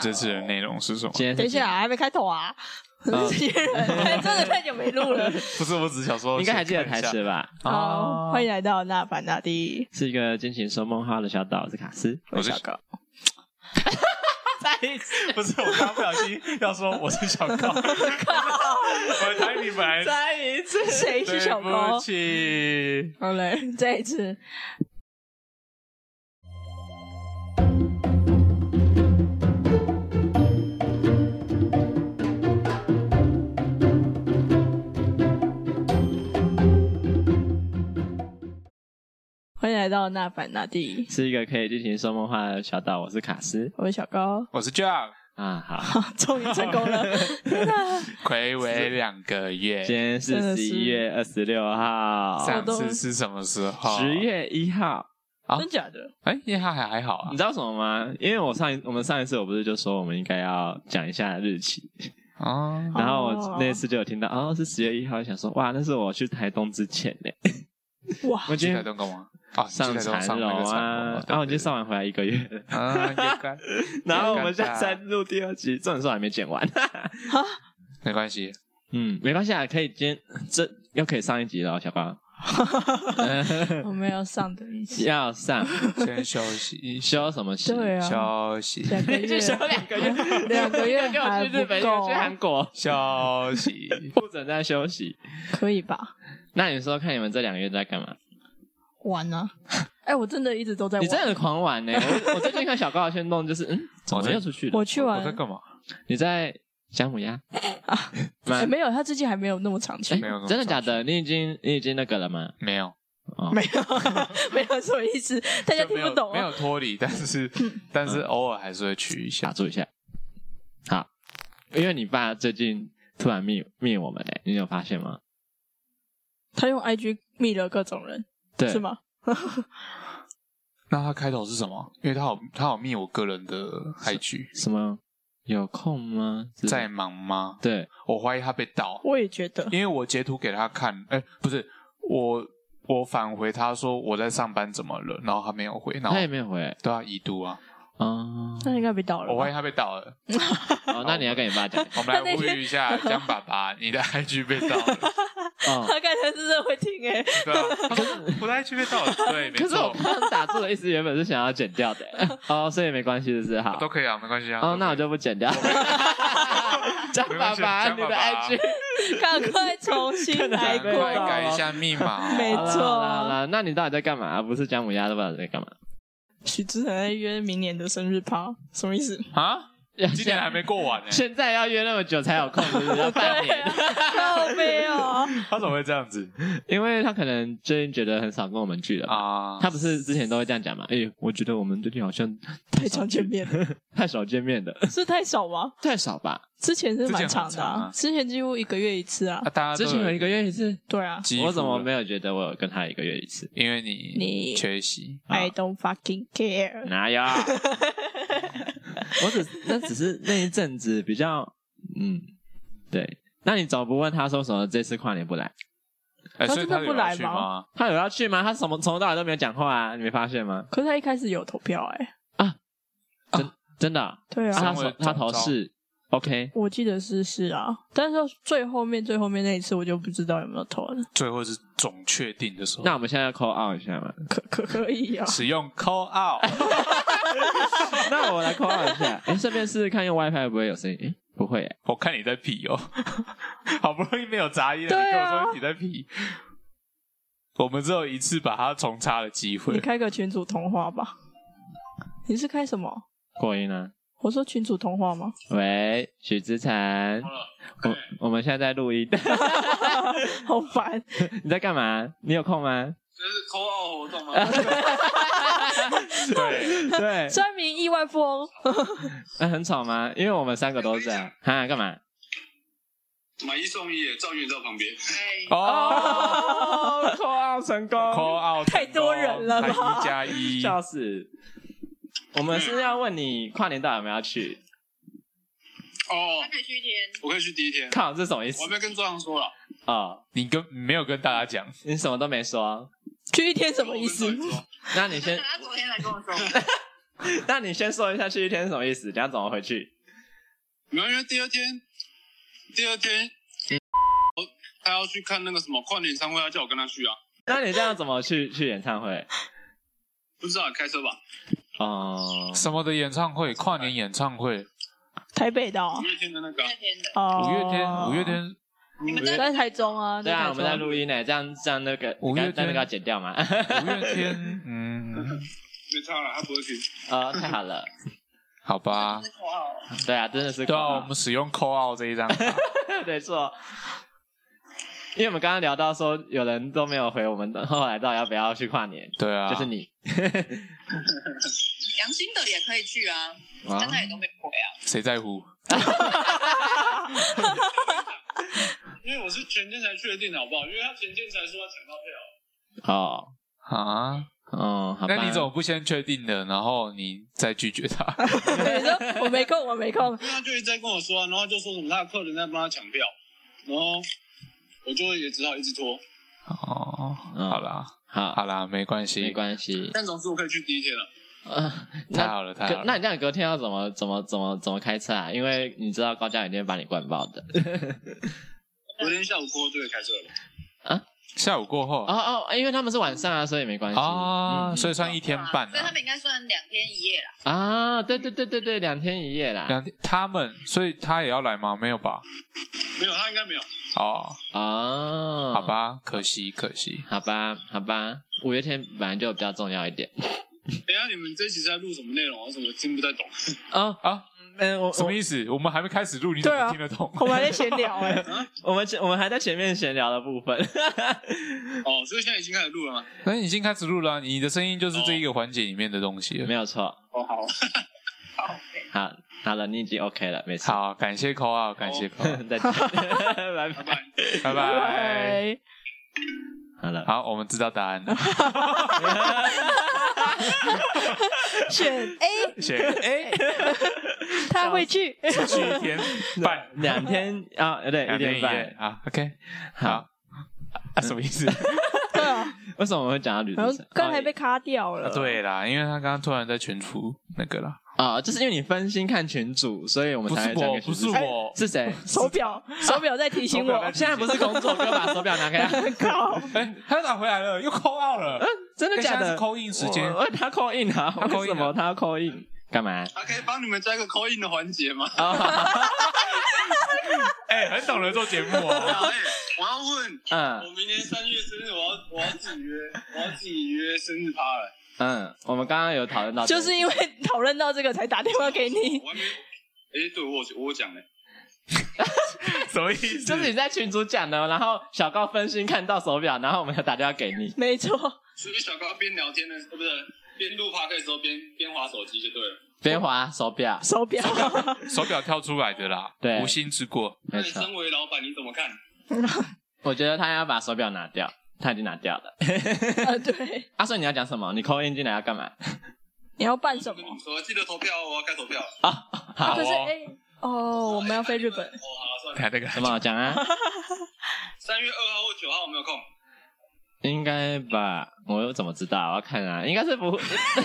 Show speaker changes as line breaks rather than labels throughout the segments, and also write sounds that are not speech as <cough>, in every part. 这次的内容是什么？
今天
等
是
一下，还没开头啊！这些人真的太久没录了。
不是，我只是想说，
应该还记得
先看
台
一下
词吧？
好，欢迎来到那凡大地，
是一个尽情说梦话的小岛，我是卡斯。
我是
小高。再一次，
不是，我刚刚不小心要说我是小高，我台你本来
再一次，谁是小
对
高
不？起，
好嘞，再一次。欢迎来到那凡那地，
是一个可以尽情说梦话的小岛，我是卡斯
我是小高，
我是 John，
啊。好，
哦终于成功
<laughs>
了，天哪！
暌违两个月，
今天是
真的
十
是
一月二十六号，
上次是什么时候？
十？月一号。
好
真假的？
哎，一号还还好啊
你。知道什么吗？因为我上一我们上一次我不是就说我们应该要讲一下日期，
哦，
然后
哦
我那次就有听到哦是十月一号，想说哇那是我去台东之前呢，
哇，
我
啊去
今
台
天
东干嘛？哦，
上
去台东
蚕
上
蝾
那个
啊，然后我今天上完回来一个月，
啊，有关，
然后我们
有
现
关
在
的
在录第二集，重点是我还没剪完。
没关系，
嗯，没关系啊，可以今天这又可以上一集了，小高
我们要上的一起，
要上
先休息，
休什么息？
对啊，
休息，
两个
<laughs> 就
月，
休两个月，
两个月
给我
还
去日本，
不
给我去韩
够，
国，
休息。
不准再休息。
可以吧？
那你说看你们这两个月在干嘛？
玩啊！哎，我真的一直都在
你
玩，
真的狂玩呢、我我最近看小高的圈动，就是嗯，怎么又出去了
我？去
我
玩
在，干嘛？
你在姜母鸭？
哎，
吗
没有，他最近还没有那么长期
哎，
没有那么
真的假的？你已经你已经那个了吗？
没有，
哦，
没
<laughs>
有，没有什么意思，大家
就
听
没有
不懂
没
啊。
有脱离，但
<laughs>
是但是偶尔还是会去一
打
下。
住一下。好，因为你爸最近突然密密我们嘞、你有发现吗？
他用 IG 密了各种人，
对，
是吗？
那他开头是什么？因为他有他有密我个人的 IG，
什么有空吗？之类
在忙吗？
对，
我怀疑他被盗，
我也觉
<laughs>
得，
因为我截图给他看，哎，不是我我返回他说我在上班，怎么了？然后他没有回，然后
他也没有回
对啊，已读啊，
哦。
那应该被倒了
我怀疑
吧。
他被盗
<laughs>
了。
哦，那你要跟你
<laughs>
爸讲
我们来呼吁一下江爸爸，你的 IG 被盗了，
哦。
他刚才真的会听
<laughs>
哎，
对啊，他说我的 IG 被盗了，对，没
可是我
错，
刚刚打字的意思原本是想要剪掉的
<laughs>
哦，所以没关系，就是好
都。可以啊，没关系啊。
哦，那我
都可以
就不剪掉。 <laughs> 张
没
爸
关系
爸，
张
你的
爸爸
IG
赶快重新来过
赶
快
啊
改一下密码哦，
没
好啦
错
好啦好啦，那你到底在干嘛？啊不是姜母鸭，都不知道你在干嘛。
许志恒在约明年的生日趴，什么意思？
啊，今年还没过完呢、
现在要约那么久才有空，是不是要
<laughs>
半年？
啊靠背哦，
他怎么会这样子
因为他可能最近觉得很少跟我们聚了吧。
啊？
他不是之前都会这样讲嘛？哎、我觉得我们最近好像
<laughs> 太常见面了，
太少见面的，
是太少吗？
太少吧？
之前是蛮长的、啊之前几乎一个月一次啊
啊，。大家
之
都
前有一个月一次，
对啊
肌肤了
我怎么没有觉得我有跟他一个月一次？
因为你
你哎
缺席，啊
，I don't fucking care。
哪有？ <laughs> 我只那只是那一阵子比较，嗯，对。那你怎么不问他说什么？这次跨年不来？
哎、
他
所以
真的
有
不来
要去
吗
吗？
他有要去吗？他什么从头到尾都没有讲话啊？你没发现吗？
可是他一开始有投票哎、
真的啊、
对
啊
啊，
他
身为
投他
总
投
召
是 OK，
我记得是是啊，但是最后面最后面那一次我就不知道有没有投了。
最后是总确定的时候，
那我们现在要 call out 一下嘛？
可可可以啊，
使用 call out，
<laughs> 那我来 call out 一下， <laughs> 哎、顺便试试看用 WiFi 会不会有声音？哎、不会、诶
我看你在皮哦，好不容易没有杂音了，你
对
跟
啊
我说你在皮。我们只有一次把它重插的机
你
会，
开个群主通话吧。你是开什么？
扩音啊。
我说群主通话吗？ <laughs>
喂，许之辰，我我们现在在录音，
好烦，
你在干嘛？你有空吗？
对，
<laughs> 对，
酸民亿万富翁，
那、很吵吗？因为我们三个都是这样啊，干嘛？
买一送一耶，赵云在旁边。
哎
哦
哦，call out 成功
，call out
太多人了吧
成功还一加一，
笑死！我们是要问你跨年到底有没有要去？
哦，
可以去一天，
我可以去第一天，
靠，这什么意
我还
思
没跟庄阳说了。
哦？
你跟你没有跟大家讲，
你什么都没说，
去一天什么意思
我？跟赵云说 <laughs>
那你先 <laughs>
他昨天来跟我说，
那你先说一下去一天是什么意思？等一下怎么回去？
没有，因为第二天，第二天，他要去看那个什么跨年演唱会，他叫我跟他去啊，
那你这样怎么去去演唱会？
不知道开车吧？
<laughs> 哦，
什么的演唱会，跨年演唱会，
台北的哦
五，月天的那个啊、
那天的。
哦
五月天，五月，天，
你们在
在台中啊，
对啊，
台
我们在
中
录音呢，这样这样那个
五月天
刚刚那个要剪掉 <laughs> 嘛？
五月天，嗯，
没差了，他不会听。
呃，太好了，
好吧
啊 <laughs>
那，口号，
对啊，真的是
对啊，
广告
我们使用 call out 这一张
<laughs>
卡，
没错。因为我们刚刚聊到说，有人都没有回我们， <laughs> 后来到底要不要去跨年？
对啊，
就是你，
良心的也可以去啊，
啊
但他也都没回啊。
谁在乎？
因为我是前天才确定的，好不好？因为他前天才说他抢到票，
哦，
啊，
嗯，好吧。
那你怎么不先确定的，然后你再拒绝
<laughs>
他？
你说我没空，我没空，
因为他就一直在跟我说、啊，然后就说什么他的客人在帮他抢票，然后我就也只好一直拖。
哦，
嗯
好啦，
好？
好啦，没关
没
系，
关
<laughs>
系。
但总之我可以去第一天了。
呃
太
那
好了，太好
隔
了。
那你这样隔天要怎么怎么怎么怎么开车啊？因为你知道高嘉一定会把你灌爆的。
昨天下午过后就可以开车了。
下午过后
哦哦，因为他们是晚上啊，所以没关系
啊，
嗯
所以算一天半
所以他
啊，
们应该算两天一夜啦。
啊，对对对对对，两天一夜啦。
两天。他们，所以他也要来吗？没有吧？
没有，他应该没有。
哦，
哦，
好，吧，可惜，可惜。
好吧，好吧，五月天本来就比较重要一点。
等一下你们这一集是在录什么内容？我怎么听不太懂？
哦
啊，
嗯，我
什么
我
意思？我们还没开始录，你怎
对
么
啊
听得懂？
我们还在闲聊哎、
啊
我们前我们还在前面闲聊的部分。 <laughs>
哦，所以现在已经开始录了吗？
那你已经开始录了啊，你的声音就是这一个环节里面的东西了
没。有错，
哦，好。
哦，对，
好，好了，你已经 OK 了，没事。，
好，感谢 call 啊，感谢 call，out，
<laughs>
<laughs>
再见，拜
拜
哦 <laughs> 拜。
拜。
拜拜。
拜
好了，
好，我们知道答
<laughs>
案了。
选 A，
谢谢。哎，
他会去。
持续一天半，
两天啊，对，一
两天
点
一夜
半。
啊。OK，
好
好。啊，什么意思？
对啊，
为什么我们会讲到吕
然
志
后
成？
刚才被卡掉了。
啊， <laughs> 对啦，因为他刚刚突然在全服那个啦，
啊，就是因为你分心看群主，所以我们
不是
才会讲
我，
给
不
群
是
主
我，
是谁？哦
手表，手表在提醒
手表在
我
提。
现在不是工作，给我把手表
<laughs>
拿开。啊
靠，
哎，他打回来了，又扣二了。
真的
哎现
假
在是
<laughs> 的？
扣印时间
我，我他 call in 啊？
他 call in 啊
为什么他要 call in？干嘛？
还可以帮你们加一个 call in 的环节 <laughs> 吗？
啊，
哎，很懂得做节目
哎、
<laughs>
哦。
我要问，我
<laughs> 嗯
明年三月生日，我要我要自己约，我要自己约生日趴了。
嗯，我们刚刚有讨论到这
就
个，
是因为讨论到这个才打电话给你。
我还没。哎、对我有我有讲呢、
什么意思？
<laughs> 就是你在群主讲的，然后小高分心看到手表，然后我们要打电话给 <laughs> 你。
没错，
所以小高边聊天的，呃不是边录 p 的时候边边划手机就对了。
边滑手表，
手表，
手表跳出来的啦，
对
无心之过。
那
没
你
错。
身为老板你怎么看？
我觉得他要把手表拿掉，他已经拿掉了。
呃，对，
阿、啊、顺，你要讲什么？你扣音进来要干嘛？
你要办什
跟你
么
们？说记得投票哦，我要开投票。
啊
好
就是
哦，
哎，哦，我们要飞日本
<laughs> 哦，，好、算了。
看那个
什么讲啊？
三月二号或九号我没有空。
<laughs> 应该吧？我又怎么知道？我要看啊，应该是不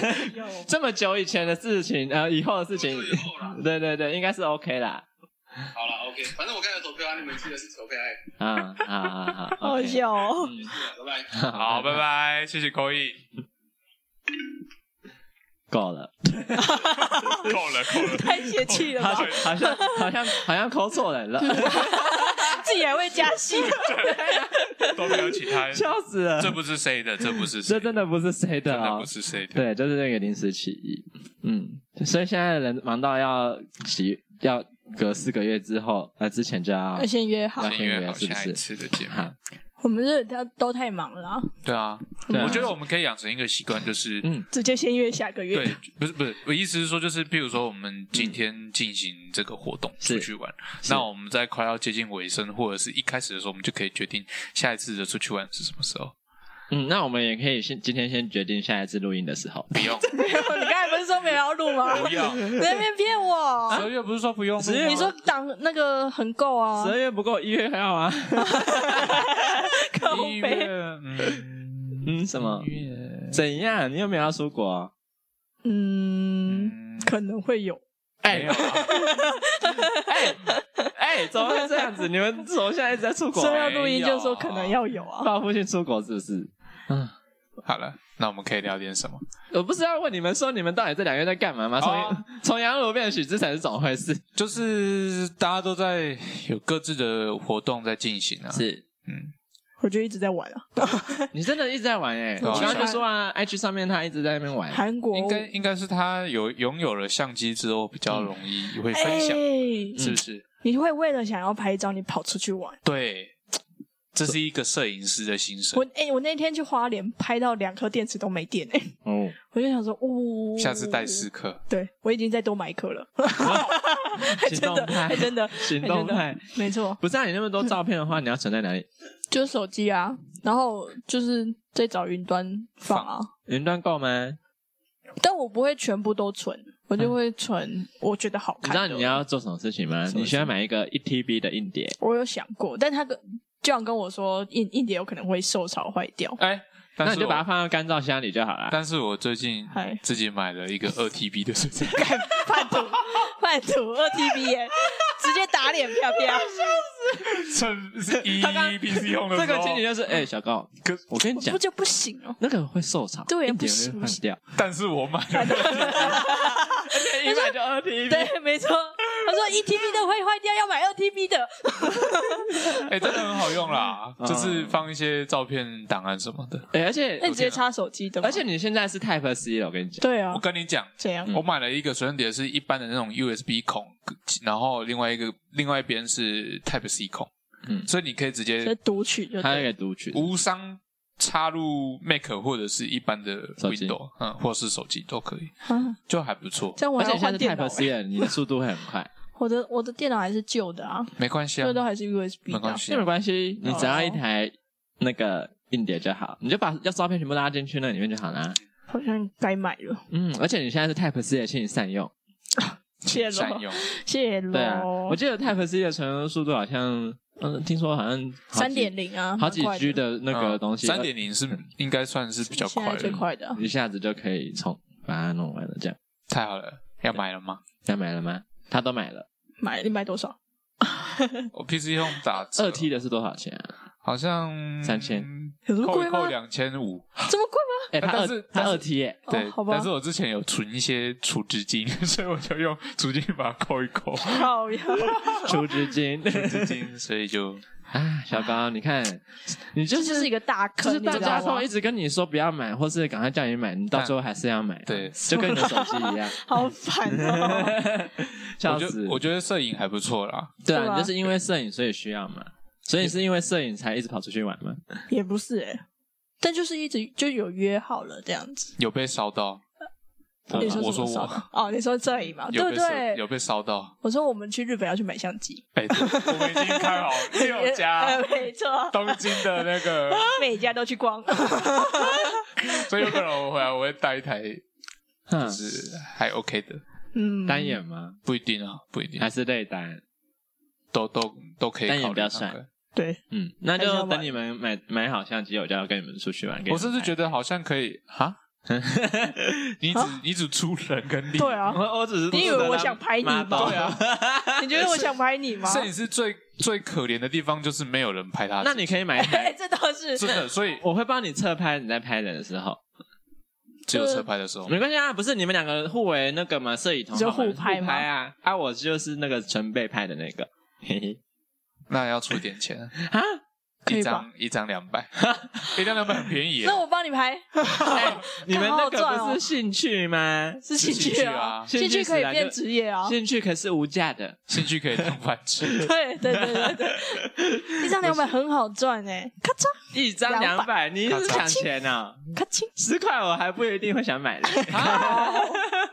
<laughs> 这么久以前的事情，呃，以后的事情
以后啦。
对对对，应该是 OK 啦。
好了，OK，反正我开始投票，啊，你们记得是投票。哎啊
啊，好好 <laughs> 好，
好
OK
笑哦。
嗯
拜拜。
好，拜拜，谢谢扣印，
<laughs> 够了。
够了，够了。
太邪气了
好像
吧！
好像好像好像扣错人 <laughs> 了，
自己还会加戏，
都没有其他，
<laughs> 笑死了。
这不是谁的，这不是谁
这
的，
真的不是谁的
真的
哦
不，是谁的。
对，就是那个临时起意。嗯，所以现在的人忙到要起，要隔四个月之后，呃，之前就要
要先约好。
先约好
是不
下
是
一次的节目。
好，
我们这都都太忙了啊，
对啊，
对啊
我觉得我们可以养成一个习惯，就是
嗯
直接先约下个月。
对，不是不是，我意思是说，就是譬如说，我们今天进行这个活动
是
出去玩，
是
那我们在快要接近尾声或者是一开始的时候，我们就可以决定下一次的出去玩是什么时候。
嗯，那我们也可以先今天先决定下一次录音的时候。
不用，
没有， <laughs> 你刚才不是说没有要录吗？
不要。
你 <laughs> 在那边骗我！
十二月不是说不用
啊十
录
二月
吗？
你说档那个很够啊
十，二月不够，一月还好啊。
靠
一月
背。，
嗯
嗯，什么
一？月
啊怎样？你有没有要出国？
嗯，可能会有，
没有啊，
哎哎，怎么会这样子？你们怎么现在一直在出国哎
所？以要录
没
音
有
就说可能要有啊。
报复性出国是不是？
嗯
啊，
<laughs> 好了，那我们可以聊点什么？
我不是要问你们说你们到底这两个月在干嘛吗？
哦
从从杨柳变许之才是怎么回事？
就是大家都在有各自的活动在进行啊，
是
嗯，
我就一直在玩啊，
你真的一直在玩哎、
对啊
我刚刚就说啊，IG 上面他一直在那边玩。
韩国
哎应该应该是他有拥有了相机之后比较容易会分享，嗯
哎
是不
嗯
是？
你会为了想要拍照，你跑出去玩。
对，这是一个摄影师的心声
我。哎、我那天去花莲拍到两颗电池都没电哎、
哦，
我就想说，哦呜、
下次带四。颗，
对，我已经再多买一颗了， <laughs> 真
行动
的，
派
哎，真的，
行动派。
没错，
不是啊，你那么多照片的话，你要存在哪里？
就是手机啊，然后就是再找云端放啊，
云端够吗？
但我不会全部都存，我就会存我觉得好
嗯你
看
知
的。
道你要做什么事情吗
什么？事
你需要买一个一 TB 的硬碟。
我有想过，但他跟就想跟我说，硬硬碟有可能会受潮坏掉。
哎，但
那
是
你就
我
把它放到干燥箱里就好了。
但是我最近
嗨
自己买了一个二 TB 的水晶， <laughs>
干叛徒，叛徒二 TB 耶，直接打脸飘飘。
趁是一
他刚
PC 用的
这
时
个
候
情景就是，哎，小高
嗯可，
我跟你讲
不，就不行哦。
那个会受潮，
对
硬
不
碟
行
会
不
换
行
掉。
但是我买了，哎
一买就二 TB，
<laughs> 对，没错。他说一 TB 的会坏掉，要买二 TB 的。
哎，真的很好用啦，
嗯
就是放一些照片档案什么的。
哎，而且
那你直接插手机的吗，
而且你现在是 Type C 了，我跟你讲。
对啊
我，跟你讲，
怎样？
我买了一个水晶碟是一般的那种 USB 孔，然后另外一个另外一边是 Type C 孔，
嗯
所以你可以直
直接
接
读取就
它那
对 <laughs> 了。
个读取，
无伤插入 Mac 或者是一般的
手机
Window，嗯，或是手机都可以，
啊
就还不错，
这样我
而
还要
且
换
现在是
电脑
Type C
欸。
了，你的速度会很快。
我的我的电脑还是旧的啊，
没关系啊
所以，都还是 USB
没
的啊
关。系
那
啊
没。关系，你
哦
只要一台那个硬碟就好，你就把要照片全部拉进去那里面就好啦。
好像该买了，
嗯，而且你现在是 Type C 的，请你善用。
谢喽
善，用，
谢
对啊，
喽
我。记得 Type C 的传输速度好像，嗯，听说好像好
三
几
点零啊，
好几
蛮快的
G 的那个东
嗯
西，嗯
三点零是应该算是比较
现
快
在最
的，
快的啊
呃，一下子就可以冲把它弄完了。这样，
太好了，要买了吗？
要买了吗？他都买了，
买你买多少？嗯
我 PC 用打折，
二 T 的是多少钱啊？
好像
3000，
有这么
扣
贵
一
吗
扣两千五，
这么贵吗？
哎，
但
他二
是
他
但是
二 T 耶，
哦
对
好，吧
但是我之前有存一些储值金， <laughs> 所以我就用储金把它扣一扣，
<laughs>
好 <laughs> 呀，
储值金
储值金，所以就
<laughs> 啊，小高，你看，你就
这就是一个大
就
坑，
是
你
大
知
家
道
都
吗
一直跟你说不要买，或是赶快叫你买，你到最后还是要买，啊
对
就跟你的手机一样。
好烦
<laughs>
哦。
笑
我觉
死！
得我觉得摄影还不错啦，
对
对
啊，
啊
你就是因为摄影所以需要嘛，所以你是因为摄影才一直跑出去玩嘛。
也不是哎、但就是一直就有约好了这样子。
有被烧到，
啊
我
你说
我
什
说
么时候
我
哦，你说这里嘛，对
<laughs> 有
不
被烧
对
有？被烧到，
我说我们去日本要去买相机，
哎，
<laughs>
我们已经看好六
呃 <laughs>
家
没
<laughs>
错，
东京的那个，
每一家都去逛。
所以有可能我回来我会带一台，
哼
就，是还 OK 的，
嗯，
单眼吗？
不一定啊，不一定
还，是类单？
都都都可以
但也
考虑
比较
看看。
对，
嗯，那
还是
就
要
等
买
你们买买好相机，我就要跟你们出去玩。
我甚至觉
得，
得好像可以 <laughs> 哈，你只你只出人跟力，
对啊，
我我只是
你以为 <laughs> 我想拍你吗
对啊，
<laughs> 你觉得我想拍你吗？
摄影师最最可怜的地方就是没有人拍他，
<laughs> 那你可以买一
<laughs> 哎，
台，
<laughs> 这倒是
真的，所以
我会帮你侧拍你在拍人的时候，
只有车拍的时
呃
候，
没关系啊，不是你们两个互为那个嘛，摄影同
你就
好嘛
互拍吗
拍啊，啊，我就是那个纯被拍的那个， <laughs> 嘿嘿，
那要出点钱，
啊，
<laughs> 可
一
以
张
吧？
一张两
<laughs>
百，一张两百很便宜耶
那，我帮你拍，
哎你们那
好好
个
赚哦
不是兴趣吗？
是
是兴
兴趣
啊，
兴趣可以
本来就
变职业啊。
兴趣可是无价的，
兴趣可以当饭吃，
<laughs> 对对对对对，一张两百很好赚哎，咔嚓
一张两
两
百，你是抢钱啊？
<laughs> 咔嚓，
十块我还不一定会想买
<laughs>
的。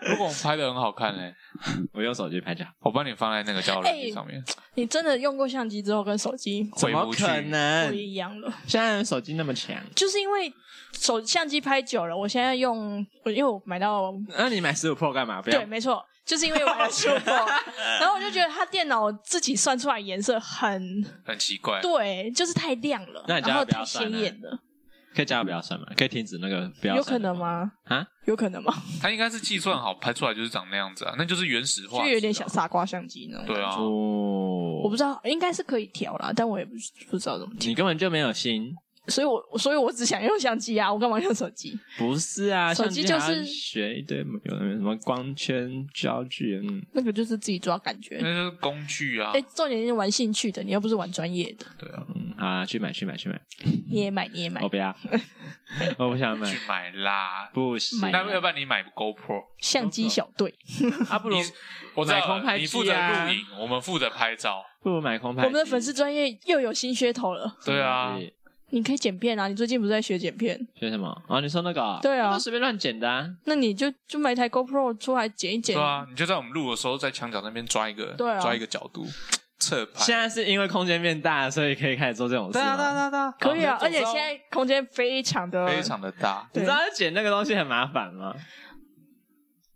如果我们拍的很好看嘞，
我用手机拍照，
我帮你放在那个交友软件上面，
<laughs> 你真的用过相机之后跟手机
回
怎么
不去，
可
不
能？
一样了。
现在手机那么强，
就是因为手相机拍久了，我现在用，我因为我买到
那啊你买十五 Pro 干嘛？不要
对，没错，就是因为我买了 s u p e 然后我就觉得它电脑自己算出来颜色很
很奇怪，
对，就是太亮了，
那你叫
然
它
后
不要
太
算啊
鲜艳了。
可以加个不要算吗？可以停止那个不要算
有可能吗？
啊？
有可能吗？
它应该是计算好拍出来就是长那样子啊，那就是原始化，啊
就有点
啊
小。傻瓜相机那种。
对啊，
哦，
我不知道，应该是可以调啦，但我也不不知道怎么调，
你根本就没有心。
所以我所以我只想用相机啊，我干嘛用手机？
<laughs> 不是啊，
手机
相
就是
还要学一堆有什么光圈、焦距，嗯，
那个就是自己抓感觉。
那就是工具啊
哎、。重点是玩兴趣的，你又不是玩专业的，
对啊，
嗯好啊，去买去买去买，
你也买你也买
我，
<laughs>
不要，我不想买，
去买啦。
不行，
买
那要呃不然你买 GoPro，
相
哦
机小队，
啊，不如
你我知道
买空拍
了
机啊
你负责录影，我们负责拍照。
不如哦买空拍
我
机。
们的粉丝专业又有新噱头了。
对啊
可，以
你可以剪片啊，你最近不是在学剪片？
学什么？哦，你说那个哦？
对啊
那随便乱剪的啊。
那你就就买一台 GoPro 出来剪一剪。
对啊，你就在我们录的时候，在墙角那边抓一个
对啊，
抓一个角度 <sniffs> 侧拍。
现在是因为空间变大，所以可以开始做这种事
对啊，
吗。
对啊，对啊，
可以啊，
好
而且现在空间非常的
非。常的大。
你
对
知道剪那个东西很麻烦吗？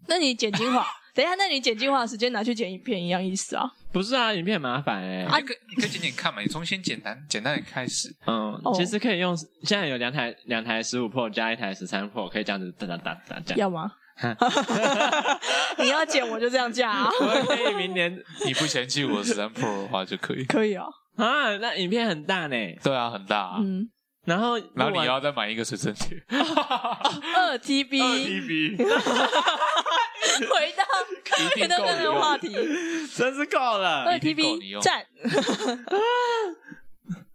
那你剪
<laughs>
精华，等一下，那你剪精华的时间拿去剪影片一样意思啊？
不是啊，影片很麻烦哎、
啊，你可以你可以简简看嘛，你从先简单简单的开始。
嗯，
哦
其实可以用，现在有两台两台十五 Pro 加一台十三 Pro，可以这样子哒哒哒哒这样。
要吗？ <laughs> 你要剪我就这样架啊，
我可以明年
你不嫌弃我十三 Pro 的话就 <laughs> 可以。
可以啊。
啊，那影片很大呢。
对啊，很大、啊。
嗯，
然后
然后
录完
你要再买一个随身
<laughs>
贴，
二 TB 回
<laughs>
到
一定
回到
够
刚
你
刚的话
用。 <laughs>
题，
<laughs> 真是够了，
二
一定够你
TB
用
赞。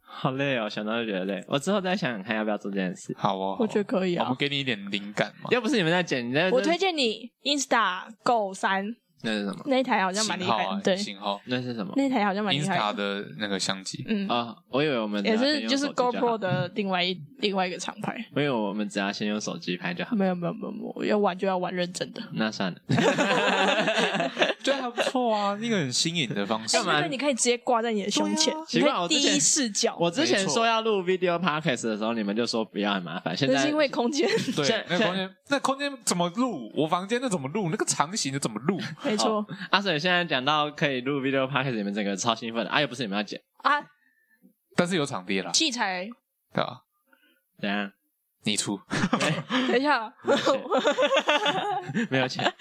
好累哦，想到就觉得累。我之后再想想看要不要做这件事。
好哦，
我觉得可以
我
啊
们。给你一点灵感嘛。
要不是你们在剪，你在
我推荐你 Insta Go 三
那是什么？
那一台好像蛮
型
厉
号
害
啊
的，，对，
型号
那是什么？
那一台好像蛮厉害
，Insta
的。
的那个相机，
嗯，
啊，我以为我们只
也
要先
是
用
就
手
是
机好
GoPro 的另外一另外一个厂牌。
因为我们只要先用手机拍
<laughs>
就好。
没有没有没有没有，要玩就要玩认真的。
那算了，
对，还不错啊，那个很新颖的方式
干。嘛
那个你可以直接挂在你的胸前，
奇
你
怪
可
我
以
之
第
前
一视角。
<laughs> 我之前
没错
说要录 video podcast 的时候，你们就说不要很麻烦。现
那
在
<laughs> 是因为空间，
对
现，
那个空间，那空间怎么录？我房间那怎么录？那个长形的怎么录？
没错
阿水现在讲到可以录 video podcast，你们整个超兴奋的。啊，又不是你们要剪，
啊，
但是有场地啦，
器材。
对吧？
怎样？
你出，
等一下，
<laughs> 没有钱，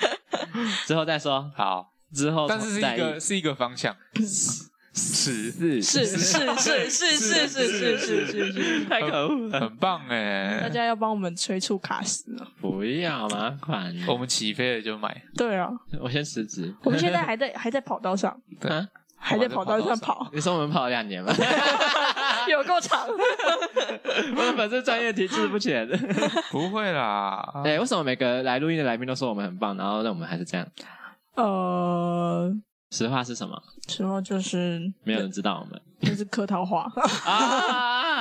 之后再说。
好，
之后
但是是
哦再
一个是一个方
<laughs>
向，是
是是是
是
是是是是是是是，
太可恶了，
很棒
<laughs> 大
哎。
家要帮我们催促卡斯啊！
不要麻
<laughs>
烦。
我们起飞了就买，
对啊，
我先辞职。
我们现在还在还在跑道上，
啊，
还在跑道上跑，
你说我们跑了两年
<laughs>
吗？
<laughs> 有够长。
我的粉丝专业提质不起来的。
不会啦，
<laughs> 哎，为什么每个来录音的来宾都说我们很棒，然后那我们还是这样？
呃，
实话是什么？
之后就是
没有人知道我们
<laughs>
就是客套话，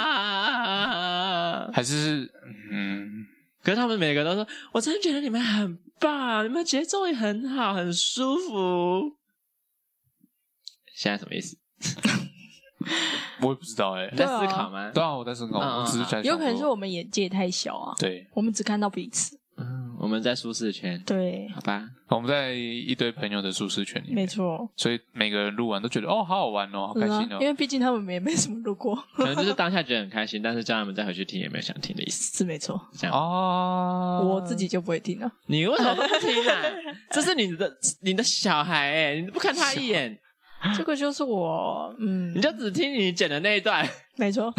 啊。
还是嗯，
<laughs> 可是他们每个都说，我真的觉得你们很棒，你们节奏也很好，很舒服。现在什么意思？
我也不知道哎、
你
对
在
啊
思考吗？
对啊，我在思考，
嗯嗯
我只是在想说
有可能是我们眼界太小啊，
对，
我们只看到彼此。
嗯，我们在舒适圈，
对，
好吧？
<laughs> 我们在一堆朋友的舒适圈里
没
面，
错，
所以每个人录完都觉得哦，好好玩哦，好开
嗯啊
心哦
因。为毕竟他们也没什么路过，
可能就是当下觉得很开心，但是叫他们再回去听也没有想听的意思。
是没错。
这样，
哦，
我自己就不会听了，
你为什么不听
<laughs>
啊？这是你的你的小孩哎、你不看他一
<laughs>
眼，
这个就是我，嗯
你，就只听你剪的那一段。 <laughs>
没错。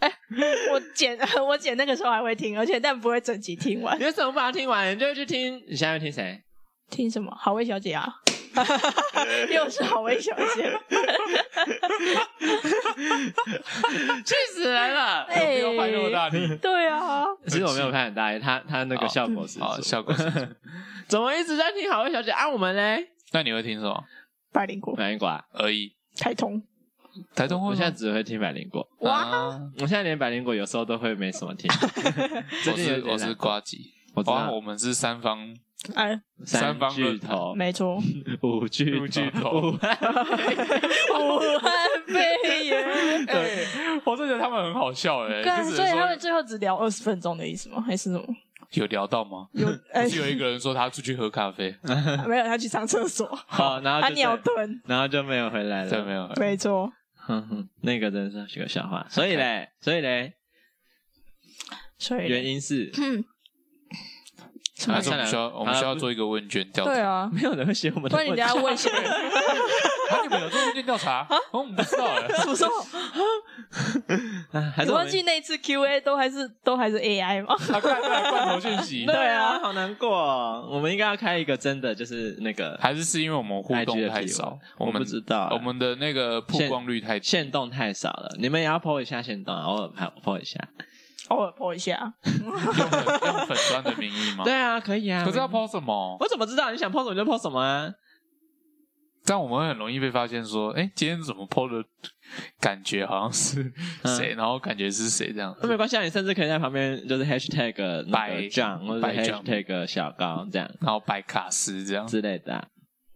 哎，我剪 <laughs> 我剪那个时候还会听，而且但不会整集听完
<laughs> 你。为什么不把它听完？你就会去听，你现在会
<laughs>
听谁？
听什么？好味小姐啊，又是好味小姐。
气死人了！
哎
不用拍那么大力，
对啊，
<laughs> 其实我没有看很大，他他那个效果是
好哦效果是。
<laughs> 怎么一直在听好味小姐啊？我们嘞，
那你会听什么？
百灵果、
百灵果啊，
而已，
台通，
台东会
我
吗
现在只会听百灵果，
哇，
啊，
我现在连百灵果有时候都会没什
<laughs>
么听。最
我
近有
是
点
我是
懒惰
瓜吉，
我知
哇，
道
我们是三方
哎，
三方
巨头，
没错，
五巨
五巨头
五
武汉肺
<laughs>
炎。
对，我真的觉得他们很好笑哎、
干，
就只能
哎啊所以
说
他们最后只聊二十分钟的意思吗？还是什么？
有聊到吗？
有哎
不，是有一个人说他出去喝咖啡，
嗯
没有，他去上厕所，
<laughs> 好，然后
他
就
尿
是
遁，
然后就没有回来了。
对，没
<laughs>
有？
没错。
哼哼，那个真是个笑话。所以嘞，所以嘞，
所以
原因是 <laughs>
嗯，什么
还
意
是
思
我们需要我们需要做一个问卷调查？
对啊，
没有人会写我
<laughs>
们
不
的
然你
问
等下
题。
问一些人，
啊，你们有做问卷调
啊
查？哦，我们不知道哎。
什么时候？
<laughs> 啊还
你
是我
忘
们
记那一次 Q&A 都还是都还是 AI <laughs> 吗？
他看他罐头讯息
对，
啊
啊，好难过哦。我们应该要开一个真的，就是那个
还是是因为我们互
IG
动
的
太
提问
少，
我
们
不知道啊
我们的那个曝光率太低。
限动太少了，你们也要 PO 一下限动啊，偶尔拍 PO 一下。
偶尔 po 哦一下，
用粉用粉砖的名义吗？
对。啊，可以啊。
可是要
没
PO 什么？
我怎么知道你想 PO 什么就 PO 什么啊？
这样我们会很容易被发现，说，哎，今天怎么 PO 的感觉好像是
嗯
谁，然后感觉是谁这样。
那没关系，啊，你甚至可以在旁边就是 hashtag 那
白
个酱或者
白酱
hashtag 小高这样
然后白卡斯这样，
之类的啊、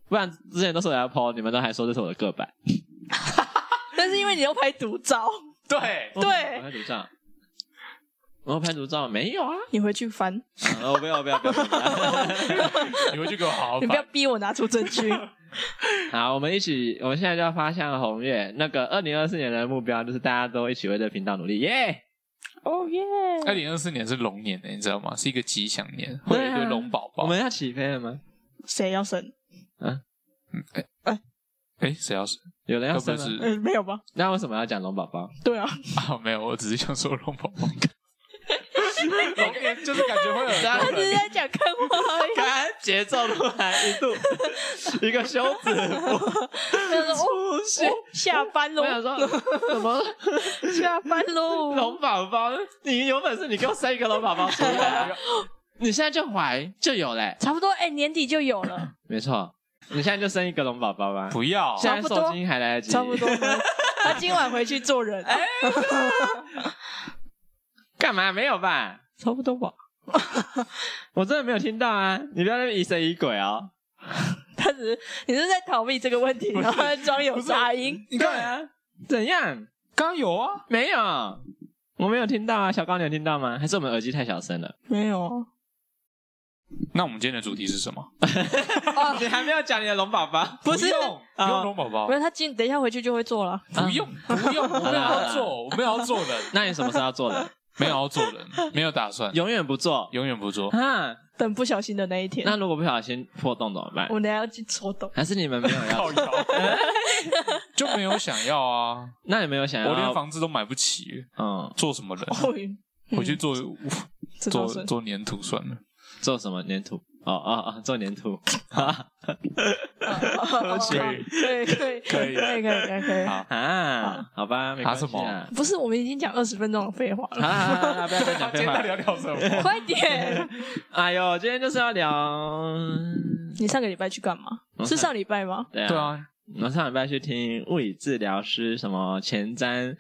不然之前都是我要 PO，你们都还说这是我的个版。
但是因为你又拍独照，
对，
我
对
我拍独照，我有拍独照没有啊？
<laughs> 你回去翻，
啊我不要，我不要，不要。不要
你回去给我好好
你不要
翻。
逼我拿出证 <laughs> 据。
<laughs> 好，我们一起，我们现在就要发向红月。那个二零二四年的目标就是大家都一起为这个频道努力，耶！
哦耶！
二零二四年是龙年的，欸你知道吗？是一个吉祥年，会有一
对
堆
啊
龙宝
我
宝。
们要起飞了吗？
谁要生？
哎，谁要是？
有人要
要不
生
要
啊吗？
是？
<laughs>
嗯，没有吧？
那为什么要讲龙宝 <laughs> 宝？
对啊，
啊，没有，我只是想说龙宝 <laughs> 宝。龙年就是感觉会有
大 <laughs>
很
家
多
只是
人，
在讲看话而已。
看节奏突然一度 <laughs> 一个休止 <laughs> 符
他说哦，
出现，
下班喽
我，
<laughs>
想说什么
下班喽。
龙宝宝？你有本事你给我生一个龙宝宝出来
<laughs>
啊！你现在就怀就有嘞，
差不多，哎、年底就有了，
没错，你现在就生一个龙宝宝吧。
不要
下
现在受精还来得及，
差不多了。他今晚回去做 <laughs> 人，
干嘛没有吧？
<laughs> 差不多吧。
我真的没有听到啊！你不要那么疑神疑鬼哦。
他只是你是在逃避这个问题，然后装有杂音。
你看，，
啊怎样？
刚刚有啊，
没有，我没有听到啊。小高，你有听到吗？还是我们耳机太小声了？
没有，
那我们今天的主题是什么？
哦
你还没有讲你的龙宝宝。
不是
不，用，不
啊
用龙宝宝
没，有，他今等一下回去就会做了。
不用，不
<laughs>
用，我没有要做，我没有要做人，
那你什么时候要做
<laughs>
的？
没有要做人，没有打算，
永远不做
永远不做。
啊？
等不小心的那一天，
那如果不小心破洞怎么办
我？等一下要去戳洞。
还是你们没有要？ <laughs>
摇，就没有想要啊！
那你们有想要？
我连房子都买不起，
嗯，
做什么
<laughs>
人？
哦，嗯
回去做
这倒
做
是
做粘土算了。
做什么粘土？哦哦哦，做粘土。
哦
<laughs> 可以
可以，可
可以
以，可以，可以，可以，可以。
好，
啊，好吧，没关系
啊什么
啊。
不是，我们已经讲二十分钟的废话
<laughs>
好
了，
啦好啦好啦，不要再讲废话。
聊聊什么？
快点！
哎呦，今天就是要聊，
你上个礼拜去干嘛？
嗯
是上礼拜吗？
对
对，啊，
我上礼拜去听物理治疗师什么前瞻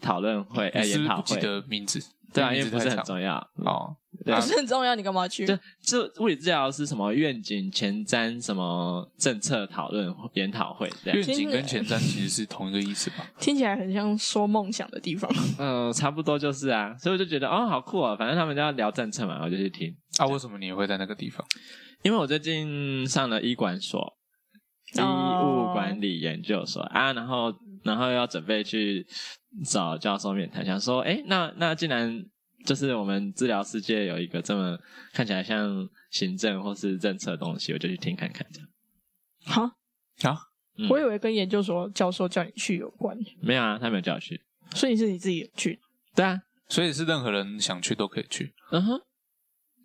讨论会，
你
哎，
是
研
不是
讨
不记
会，
得名字？
对啊，因
名
为
字
不是
太
很
长
重要。
哦。
不
对啊，
是很重要，你干嘛去？
就这物理治疗师什么愿景前瞻什么政策讨论研讨会这样
愿，景跟前瞻其实是同一个意思
<laughs> 啊
吧？
听起来很像说梦想的地方。
嗯，差不多就是啊，所以我就觉得哦，好酷哦，反正他们就要聊政策嘛，我就去听。
啊，为什么你会在那个地方？
因为我最近上了医管所，医
哦
务管理研究所、啊，然后然后要准备去找教授面谈，想说，哎，那那既然就是我们治疗世界有一个这么看起来像行政或是政策的东西，我就去听看看这样。
哈，
啊，
嗯
我以为跟研究所教授叫你去有关，
没有啊，他没有叫我去。
所以是你自己去。
对啊，
所以是任何人想去都可以去。
嗯哼，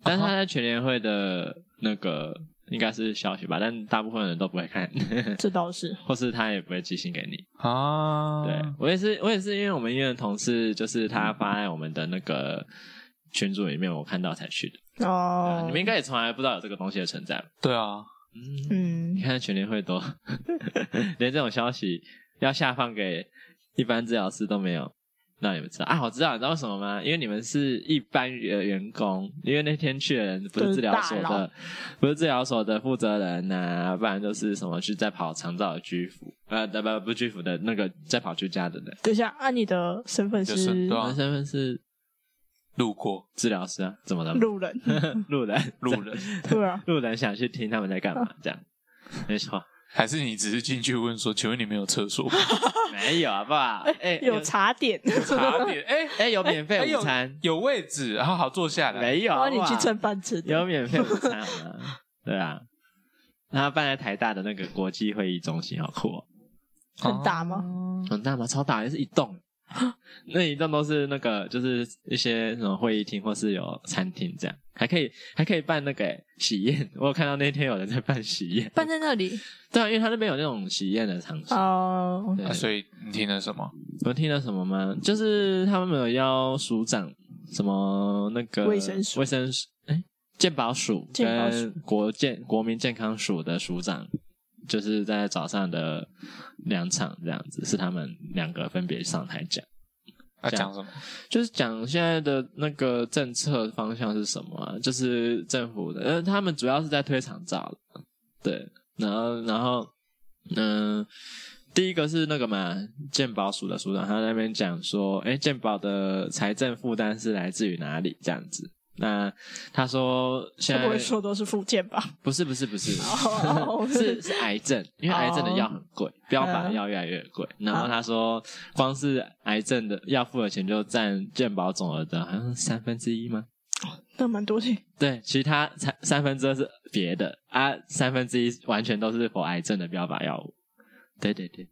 但是他在全联会的那个应该是消息吧，但大部分人都不会看，
这倒是，
或是他也不会寄信给你。
啊，
对我也是，我也是，因为我们医院的同事就是他发在我们的那个群组里面，我看到才去的。对啊
哦，
你们应该也从来不知道有这个东西的存在吧。
对啊，
嗯，你
嗯，
看全联会都 <laughs> 连这种消息要下放给一般治疗师都没有，让你们知道啊？我知道，你知道为什么吗？因为你们是一般员呃员工，因为那天去的人不
都
是
是
治疗所
大佬
的，不是治疗所的负责人呐、不然就是什么去在跑长照的居服，呃，不不不居服的那个在跑居家的人。
等一下，按、你的身份
就是是对啊
我的身份是
路过
治疗师啊，怎么了？
<laughs>
路人，
路人，
路人，
对啊，啊
路人想去听他们在干嘛，这样没错。
<laughs> 还是你只是进去问说，请问你们有厕所
<laughs>
吗？
没有好不好？哎，
有茶点， <laughs>
茶点，哎、
哎有免
哎
费
有哎
午餐，
有位置，然后好坐下来。
没有？
然
好
后
不
哦你
好
去蹭饭吃的。
有免费午餐好吗？对啊，然后办在台大的那个国际会议中心，好酷哦，
很大吗
哦
很大吗？超大，也是一
<laughs>
栋，那一栋都是那个就是一些什么会议厅或是有餐厅这样，还可以还可以办那个欸喜宴，我有看到那天有人在办喜宴，
办在那里，
对啊，因为他那边有那种喜宴的场所。
哦，
对
啊所以你听了什么？
有听到什么吗？就是他们有邀署长，什么那个
卫生署
卫生署，哎、健保署
健保署
跟国健国民健康署的署长，就是在早上的两场这样子，是他们两个分别上台讲，
啊，
这样
讲什么？
就是讲现在的那个政策方向是什么、啊，就是政府的，呃，他们主要是在推长照，对，然后然后嗯、第一个是那个嘛，健保署的署长，他在那边讲说，哎，健保的财政负担是来自于哪里这样子。那他说现
会
在
不会说都是附件
<laughs>
吧？
不是不是不是
哦，
<laughs> 是是癌症，因为癌症的药很贵，标靶的药越来越贵。然后他说，光是癌症的要付的钱就占健保总额的好像三分之一吗？
那蛮多的。
对，其他三三分之二是别的啊，三分之一完全都是否癌症的标靶药物。对对对，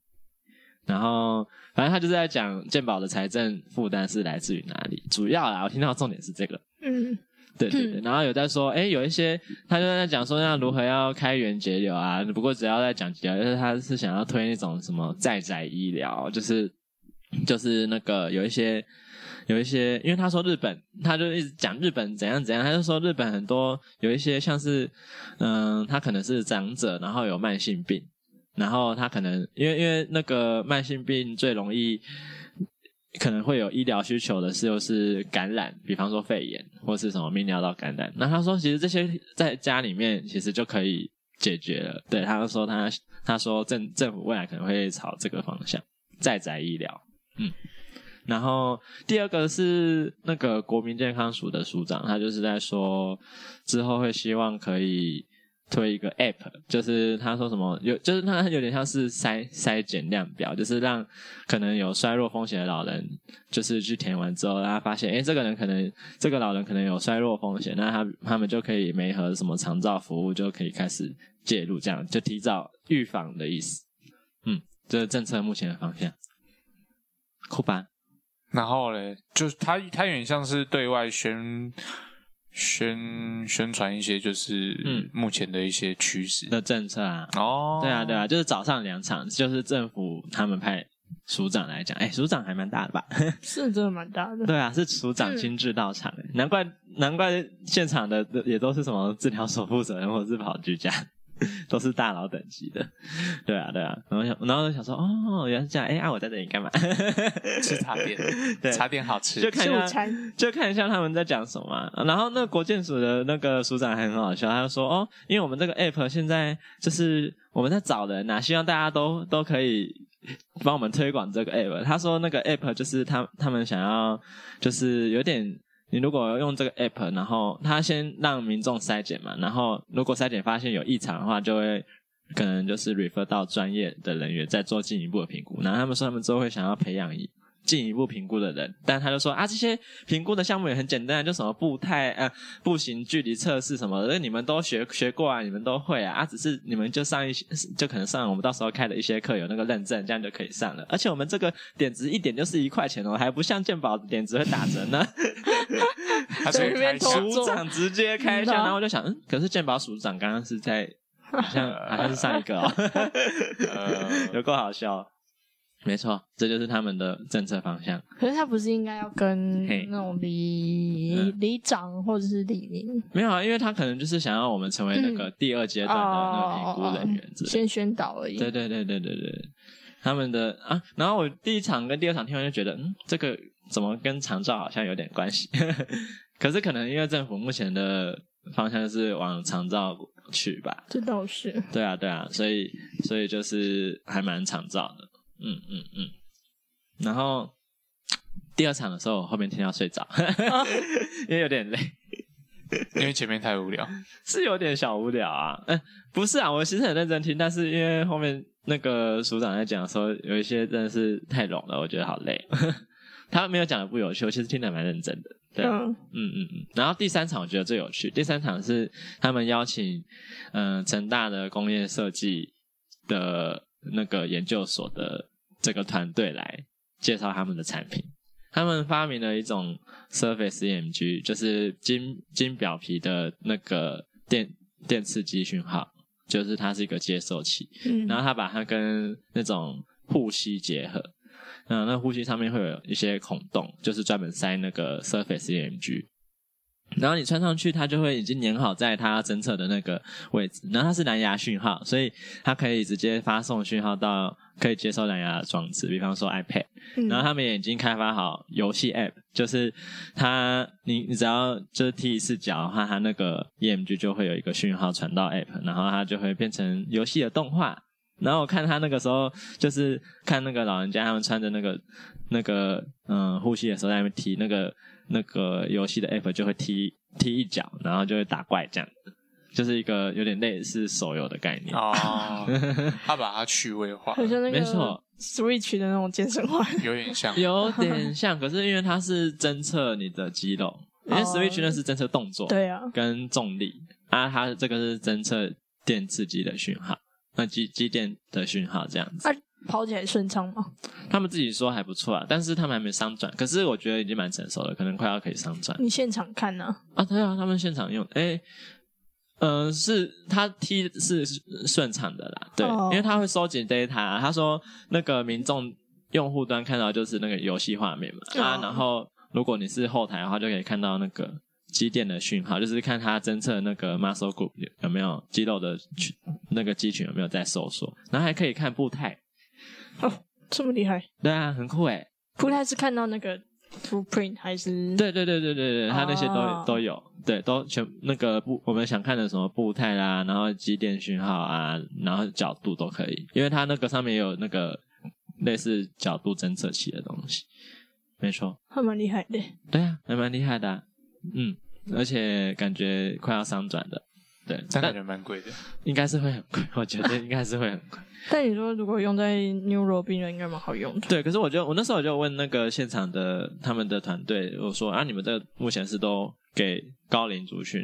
然后反正他就是在讲健保的财政负担是来自于哪里，主要啊，我听到重点是这个。
嗯，
对对对，然后有在说，哎，有一些他就在讲说，那如何要开源节流啊？不过只要在讲节流，就是他是想要推那种什么在宅医疗，就是就是那个有一些有一些，因为他说日本，他就一直讲日本怎样怎样，他就说日本很多有一些像是嗯，他可能是长者，然后有慢性病，然后他可能因为因为那个慢性病最容易可能会有医疗需求的是，就是感染，比方说肺炎或是什么泌尿道感染。那他说，其实这些在家里面其实就可以解决了。对，他就说他他说政政府未来可能会朝这个方向，在宅医疗。嗯，然后第二个是那个国民健康署的署长，他就是在说之后会希望可以推一个 app，就是他说什么有，就是他有点像是筛筛检量表，就是让可能有衰弱风险的老人，就是去填完之后，大家发现，哎，这个人可能这个老人可能有衰弱风险，那他他们就可以媒合什么长照服务，就可以开始介入，这样就提早预防的意思。嗯，这是政策目前的方向，酷吧？
然后嘞，就是他他有点像是对外宣宣宣传一些，就是
嗯
目前的一些趋势。
的政策啊，
哦，
对啊，对啊，就是早上两场，就是政府他们派署长来讲，哎，署长还蛮大的吧？ <laughs>
是真的蛮大的。
对啊，是署长亲自到场、哎难怪难怪现场的也都是什么治疗所负责人或者是跑居家， <laughs> 都是大佬等级的。对啊，对啊，然后想，然后想说，哦，原来是这样，哎、啊，我在这里干嘛？ <laughs>
<laughs> 吃茶点，
对，
茶点好吃。
就看
吃午
一下，
餐，
就看一下他们在讲什么啊、然后那国建署的那个署长还很好笑，他就说：“哦，因为我们这个 app 现在就是我们在找人呐、希望大家都都可以帮我们推广这个 app。”他说：“那个 app 就是他他们想要就是有点。”你如果用这个 app，然后他先让民众筛检嘛，然后如果筛检发现有异常的话，就会可能就是 refer 到专业的人员再做进一步的评估。然后他们说他们之后会想要培养一进一步评估的人，但他就说啊，这些评估的项目也很简单，就什么步态啊、步行距离测试什么的，那你们都学学过啊，你们都会啊，啊，只是你们就上一些，就可能上我们到时候开的一些课有那个认证，这样就可以上了。而且我们这个点值一点就是一块钱哦，还不像健保点值会打折呢。 <laughs>
他啊所以
随便
开始
偷
署长直接开枪，
嗯啊
然后我就想，嗯，可是健保署长刚刚是在，好像好像是上一个哦， <laughs>
呃
有够好笑。没错，这就是他们的政策方向。
可是他不是应该要跟
嘿嗯
那种里里长或者是里民
没有啊，因为他可能就是想要我们成为那个第二阶段的那个评估人员之
哦
类的。
先宣导而已？
对对对对对对，他们的啊，然后我第一场跟第二场听完就觉得，嗯，这个怎么跟长照好像有点关系？可是可能因为政府目前的方向是往长照去吧？
这倒是。
对啊对啊，所以所以就是还蛮长照的，嗯嗯嗯。然后第二场的时候，我后面听到睡着，因为有点累。
因为前面太无聊。
是有点小无聊啊。嗯，不是啊，我其实很认真听，但是因为后面那个署长在讲的时候，有一些真的是太冗了，我觉得好累。 <laughs> 他没有讲的不有趣，我其实听得蛮认真的。对，嗯
嗯，
嗯嗯。然后第三场我觉得最有趣，第三场是他们邀请嗯、呃成大的工业设计的那个研究所的这个团队来介绍他们的产品。他们发明了一种 Surface EMG，就是金金表皮的那个电电刺激讯号，就是它是一个接受器，
嗯
然后它把它跟那种护膝结合，嗯，那护膝上面会有一些孔洞，就是专门塞那个 Surface EMG。然后你穿上去，它就会已经粘好在它侦测的那个位置。然后它是蓝牙讯号，所以它可以直接发送讯号到可以接收蓝牙的装置，比方说 iPad。
嗯
然后他们也已经开发好游戏 App，就是它你你只要就是踢一次脚的话，它那个 EMG 就会有一个讯号传到 App，然后它就会变成游戏的动画。然后我看他那个时候就是看那个老人家他们穿着那个那个嗯护膝的时候，在那边踢那个那个游戏的 App 就会踢踢一脚，然后就会打怪这样。就是一个有点类似手游的概念，
哦，他把它趣味化，
好像那
没错
个 Switch 的那种健身环，
有点像。
有点像，可是因为它是侦测你的肌肉，因为
哦
Switch 那是侦测动作，
对啊，
跟重力啊，它这个是侦测电刺激的讯号，那机机电的讯号这样子。
啊，跑起来顺畅吗？
他们自己说还不错啊，但是他们还没商转，可是我觉得已经蛮成熟了，可能快要可以商转
你现场看呢？
啊。对啊，他们现场用，哎、呃，是他踢是顺畅的啦，对，
哦
因为他会收集 data 啊。他说那个民众用户端看到就是那个游戏画面嘛，
哦
啊，然后如果你是后台的话，就可以看到那个肌电的讯号，就是看它侦测那个 muscle group 有有没有肌肉的群那个肌群有没有在收缩，然后还可以看步态，
这么厉害？
对啊，很酷诶、
不太是看到那个 footprint 还是？
对对对对对对，他那些都、
哦
都有，对，都全那个步我们想看的什么步态啦，然后肌电讯号啊，然后角度都可以，因为它那个上面也有那个类似角度侦测器的东西，没错，
还蛮厉害的。
对啊，还蛮厉害的啊、嗯，而且感觉快要商转的，对，
但感
但
觉蛮贵的，
应该是会很贵，我觉得应该是会很贵。
<laughs> 但你说如果用在 neuro 病人，应该蛮好用的。
对，可是我就我那时候我就问那个现场的他们的团队，我说啊，你们这个目前是都给高龄族群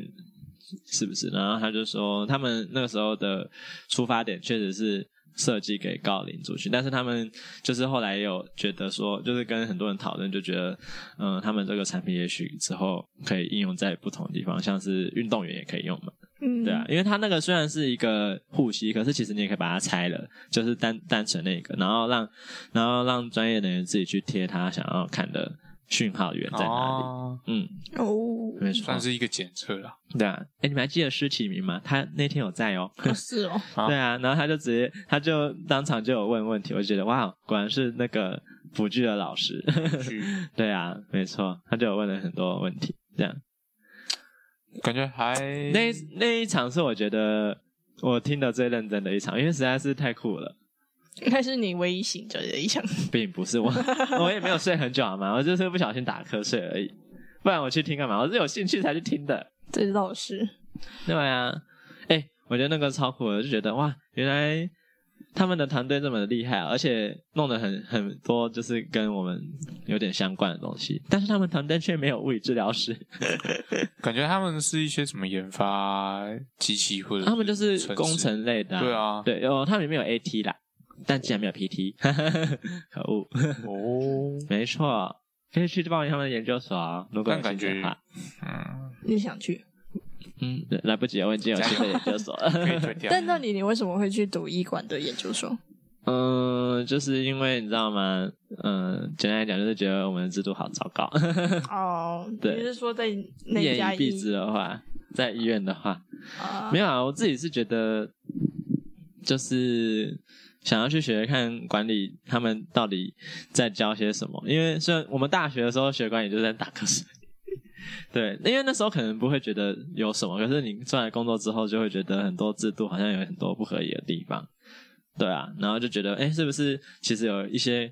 是不是？然后他就说，他们那个时候的出发点确实是设计给高龄族群，但是他们就是后来也有觉得说，就是跟很多人讨论，就觉得嗯、他们这个产品也许之后可以应用在不同的地方，像是运动员也可以用嘛。
嗯，
对啊，，因为它那个虽然是一个护膝，可是其实你也可以把它拆了，就是单单纯那个，然后让然后让专业的人自己去贴他想要看的讯号源在哪里。
哦，
嗯，
哦，
没错
算，是一个检测
<laughs>
啦。
对啊。哎，你们还记得施启明吗？他那天有在
<laughs>
哦。
哦是哦，
啊
对啊，然后他就直接，他就当场就有问问题，我就觉得哇，果然是那个辅具的老师。 <laughs>
去
对啊，没错，他就有问了很多问题，这样。
感觉还
那一那一场是我觉得我听的最认真的一场，因为实在是太酷了。
应该是你唯一醒着的一项。
并不是我， <laughs> 我也没有睡很久好吗？我就是不小心打瞌睡而已。不然我去听干嘛？我是有兴趣才去听的。
这倒是，
对啊，哎、我觉得那个超酷的，就觉得哇，原来他们的团队这么厉害啊，而且弄得很很多就是跟我们有点相关的东西，但是他们团队却没有物理治疗师，
感觉他们是一些什么研发机器或者
他们就是
程式
工程类的、
对啊
对，有他们里面有 AT 啦，但竟然没有 PT，可恶。
哦，
没错，可以去报名他们的研究所啊，如果有
但感
兴趣的
觉
话。
嗯，
你想去？
嗯，对来不及了，我已经有新的研究所 <laughs>
可以
了。
推掉。
但那你你为什么会去读医管的研究
<laughs>
所？
嗯，就是因为你知道吗？嗯，简单来讲，就是觉得我们的制度好糟糕。
哦，你
对
是说在那家
严以
医
蔽之的话，在医院的话，
啊
没？有啊，我自己是觉得，就是想要去学学看管理，他们到底在教些什么。因为虽然我们大学的时候学管理就是在打瞌睡，对，因为那时候可能不会觉得有什么，可是你出来工作之后，就会觉得很多制度好像有很多不合理的地方。对啊，然后就觉得，哎，是不是其实有一些，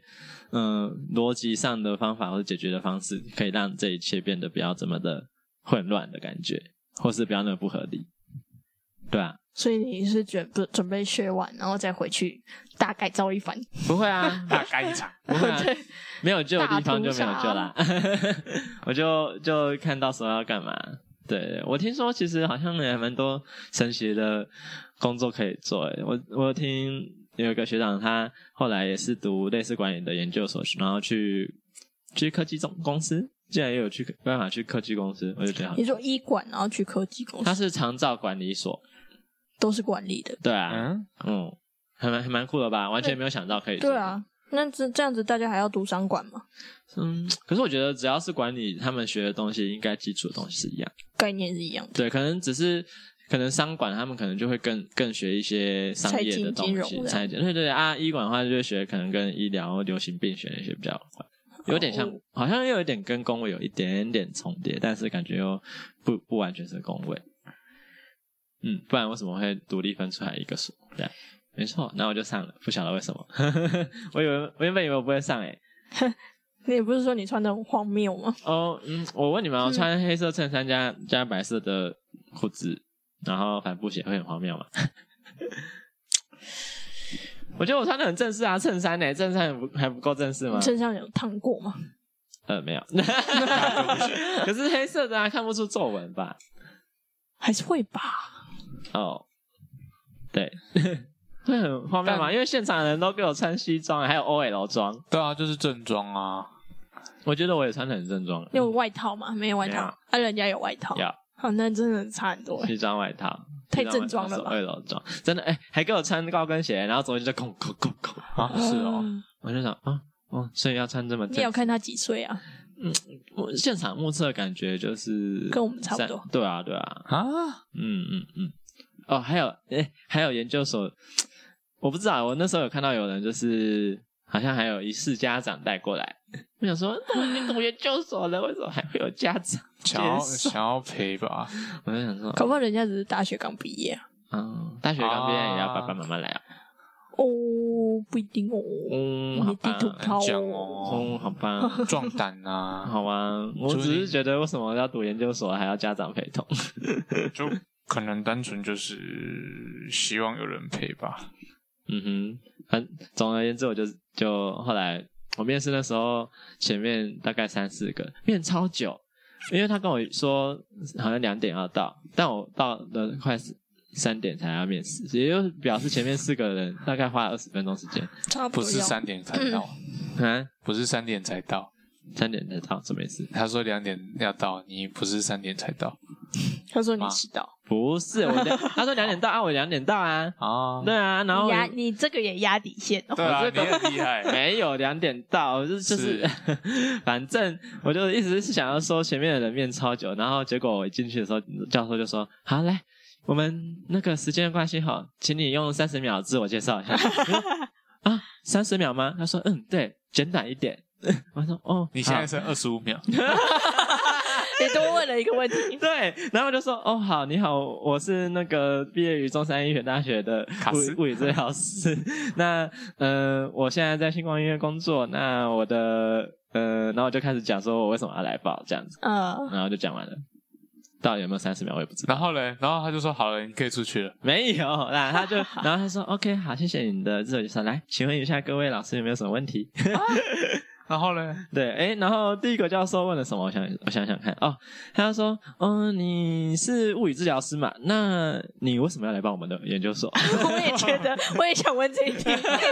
嗯、逻辑上的方法或者解决的方式，可以让这一切变得不要这么的混乱的感觉？或是不要那么不合理，对啊，
所以你是准备准备学完，然后再回去大改造一番。
不会
<laughs>
啊，
大干一场。
不会啊
<laughs> 对，
没有救的地方就没有
大屠
救
杀
啦。 <laughs> 我就就看到时候要干嘛。对我听说其实好像也蛮多神奇的工作可以做诶。我我听有一个学长，他后来也是读类似管理的研究所，然后去去科技总公司，竟然也有去办法去科技公司，我就觉得好
你说医管，然后去科技公
他
司，
是长照管理所，
都是管理的。
对啊，
嗯，
嗯，还蛮还蛮酷的吧？完全没有想到可以做
对啊，那这这样子大家还要读商管吗？
嗯，可是我觉得只要是管理，他们学的东西应该基础的东西是一样。
概念是一样的。
对，可能只是可能商管他们可能就会更更学一些商业的
财经
东
金融
西，
这样
财经对对对啊，医管的话就会学可能跟医疗、流行病学那些比较快。有点像
哦，
好像又有点跟工位有一点点重叠，但是感觉又不不完全是工位。嗯，不然为什么会独立分出来一个所？这样没错，那我就上了，不晓得为什么。 <laughs> 我以为我原本以为我不会上欸诶、
你也不是说你穿的很荒谬吗？
哦，嗯，我问你们哦，
嗯
穿黑色衬衫加加白色的裤子，然后帆布鞋会很荒谬吗？ <laughs> 我觉得我穿的很正式啊，衬衫呢、衬衫还不还不够正式吗？
身上有烫过吗？
呃，没有，可是黑色的啊，看不出皱纹吧？
还是会吧？
哦，对， <laughs> 会很荒谬吗？因为现场的人都给我穿西装，还有 OL 装，
对啊，就是正装啊。
我觉得我也穿的很正装，嗯
有外套吗？没有外
没
套
有，
啊，人家有外套。
有
好，那真的差很多欸。
西装外套，
太正装了吧
二楼装，真的哎、还给我穿高跟鞋，然后走进去就空空空空，
啊，是哦，
嗯，
我就想啊，哦，所以要穿这么
你也
正
要。看他几岁啊？
我现场目测感觉就是
跟我们差不多
三对啊，对啊，
啊，
嗯嗯嗯。哦，还有哎、还有研究所，我不知道，我那时候有看到有人就是好像还有一世家长带过来，我想说我已经读研究所了，为什么还会有家长？
想要
接受
想要赔吧？
我就想说，
搞不好人家只是大学刚毕业啊。
嗯，大学刚毕业也要爸爸妈妈来啊，
哦，不一定哦。
嗯，好
你地
吧，
图炮
讲
哦。
哦，
嗯，好吧。
<laughs>
壮胆啊，
<laughs> 好吧，我
祝
只是
你
觉得为什么要读研究所还要家长陪同？
就可能单纯就是希望有人陪吧。
嗯哼，反总而言之，我就就后来我面试的时候，前面大概三四个，面超久，因为他跟我说好像两点要到，但我到了快三点才要面试，也就表示前面四个人大概花了二十分钟时间。
差不
<laughs> 不
多
是
要
三点才到，
啊，
不是三点才到。
<laughs> 三点才到，什么意思？
他说两点要到，你不是三点才到
他说你
啊
迟到，
不是我两，他说两点到啊，我两点到啊，
啊？
对啊，然后
你
我
压你这个也压底线
<laughs>
哦。
对啊，
我这
你
个
很厉
<laughs>
害。
没有两点到，就是就是， <laughs> 反正我就一直是想要说前面的人面超久，然后结果我一进去的时候，教授就说：“好，来，我们那个时间的关系哈，请你用三十秒自我介绍 <laughs> 一下。我说”啊，三十秒吗？他说：“嗯，对，简短一点。” <laughs> 我说：“哦，
<laughs> 你现在
好
剩二十五秒，
你多问了一个问题，
<laughs> 对，然后我就说哦好，你好，我是那个毕业于中山医学大学的
卡
物
斯
物理治疗师。 <laughs> 那呃，我现在在星光医院工作。那我的呃，然后我就开始讲说我为什么要来报这样子，
呃， <laughs>
然后就讲完了。到底有没有三十秒我也不知道， <laughs>
然后嘞，然后他就说好了，你可以出去了。
没有啦，他就然后他说 OK 好，谢谢你的自我介绍，来，请问一下各位老师有没有什么问题？
然后嘞，
对，哎，然后第一个教授问了什么？我想，我想想看哦。他就说，嗯、你是物理治疗师嘛？那你为什么要来帮我们的研究所？
我也觉得，我也想问这一题。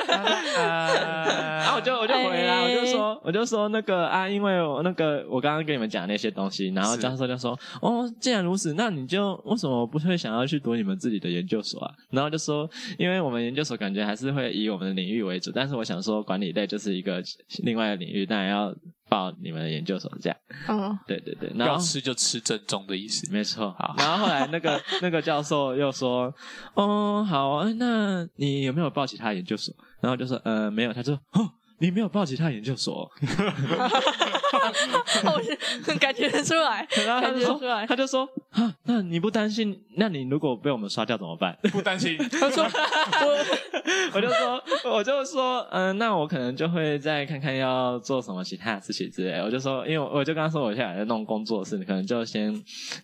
然
<laughs> 然
啊后我
呃
就我就回啦，
哎
我就说我就说那个啊，因为我那个我刚刚跟你们讲那些东西，然后
是
教授就说，哦，既然如此，那你就为什么不会想要去读你们自己的研究所啊？然后就说，因为我们研究所感觉还是会以我们的领域为主，但是我想说管理类就是一个另外的领域，当然要报你们的研究所这样。
嗯，
对对对，然
要
后
吃就吃正宗的意思。
没错
好。
然后后来那 <laughs> 个那个教授又说：“啊哦，好，那你有没有报其他研究所？”然后就说：“呃，没有。”他说：“哦，你没有报其他研究所，
我
<laughs>
是感觉得出来，
<laughs> 然后他
感觉
就
得出
说，
来。
他就说啊，那你不担心？那你如果被我们刷掉怎么办？
不担心，
<laughs>
他说我
我就说， <laughs> 我就说，嗯、那我可能就会再看看要做什么其他的事情之类的。我就说，因为我就刚刚说我现在在弄工作室，可能就先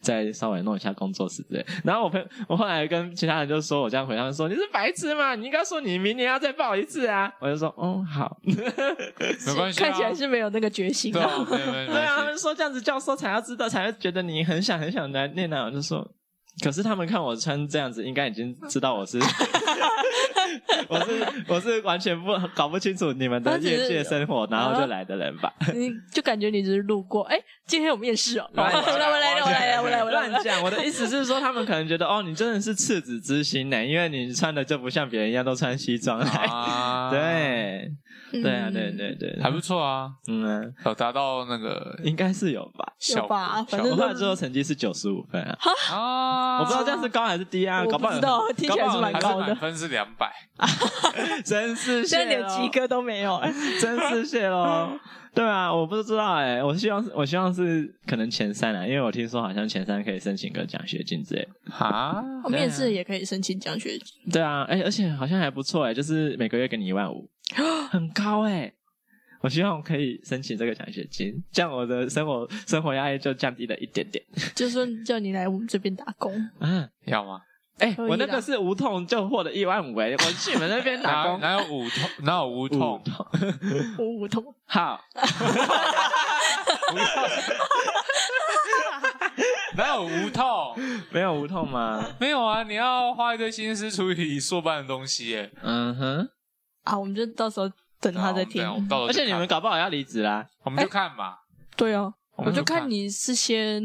再稍微弄一下工作室之类。然后我朋友，我后来跟其他人就说我这样回他们说，你是白痴吗？你应该说你明年要再报一次啊。我就说，嗯，好。
没关系啊，
看起来是没有那个决心
对
的。
<laughs>
啊，没有没有没
对啊，他
关
们
系，
说这样子教授才要知道，才会觉得你很想很想来念啊。我就说，可是他们看我穿这样子，应该已经知道我是，我是我是完全不搞不清楚你们的业界生活，然后就来的人吧。
你就感觉你只是路过，哎，今天有面试哦，我来，我来，我来，我来，啊我来，我
乱
来，
讲，我的意思是说，他们可能觉得哦，你真的是赤子之心欸呢，因为你穿的就不像别人一样都穿西装来。
啊，，
对，对啊，
嗯
对对对，
还不错啊，
嗯啊，
有达到那个
应该是有吧。
效果
有吧
效
反
我
果
正
后来最后成绩是九十五分啊。
啊，
我不知道这样是高还是低啊，
我
搞好
不知道听起来是蛮
还是
高的
满分是两百，
<laughs> 真是谢
现在
咯
连及，格都没有，
啊
哎，
<laughs> 真是谢 <laughs> 喽。对啊，我不知道哎、我希望是我希望是可能前三啊，因为我听说好像前三可以申请个奖学金之类的。
啊，
我哦面试也可以申请奖学金，
对啊，哎、而且好像还不错哎、就是每个月给你一万 <gasps> 五，很高哎、我希望我可以申请这个奖学金，这样我的生活生活压力就降低了一点点。
就说叫你来我们这边打
<laughs>
工，
啊，
要吗？
哎、
可以啦
我那个是无痛就获得一万五哎，我去你们那边打
哪
工
哪有无痛？哪有无痛？
痛
我我痛，
<laughs> 好，
哪有无痛？
没有无痛吗？
没有啊！你要花一堆心思处理硕班的东西耶。
嗯哼，
啊，我们就到时候等他再听
对啊。我们到时候
而且你们
就看
搞不好要离职啦。
我们就看嘛，
对啊，
我
我
们
就
看
看你是先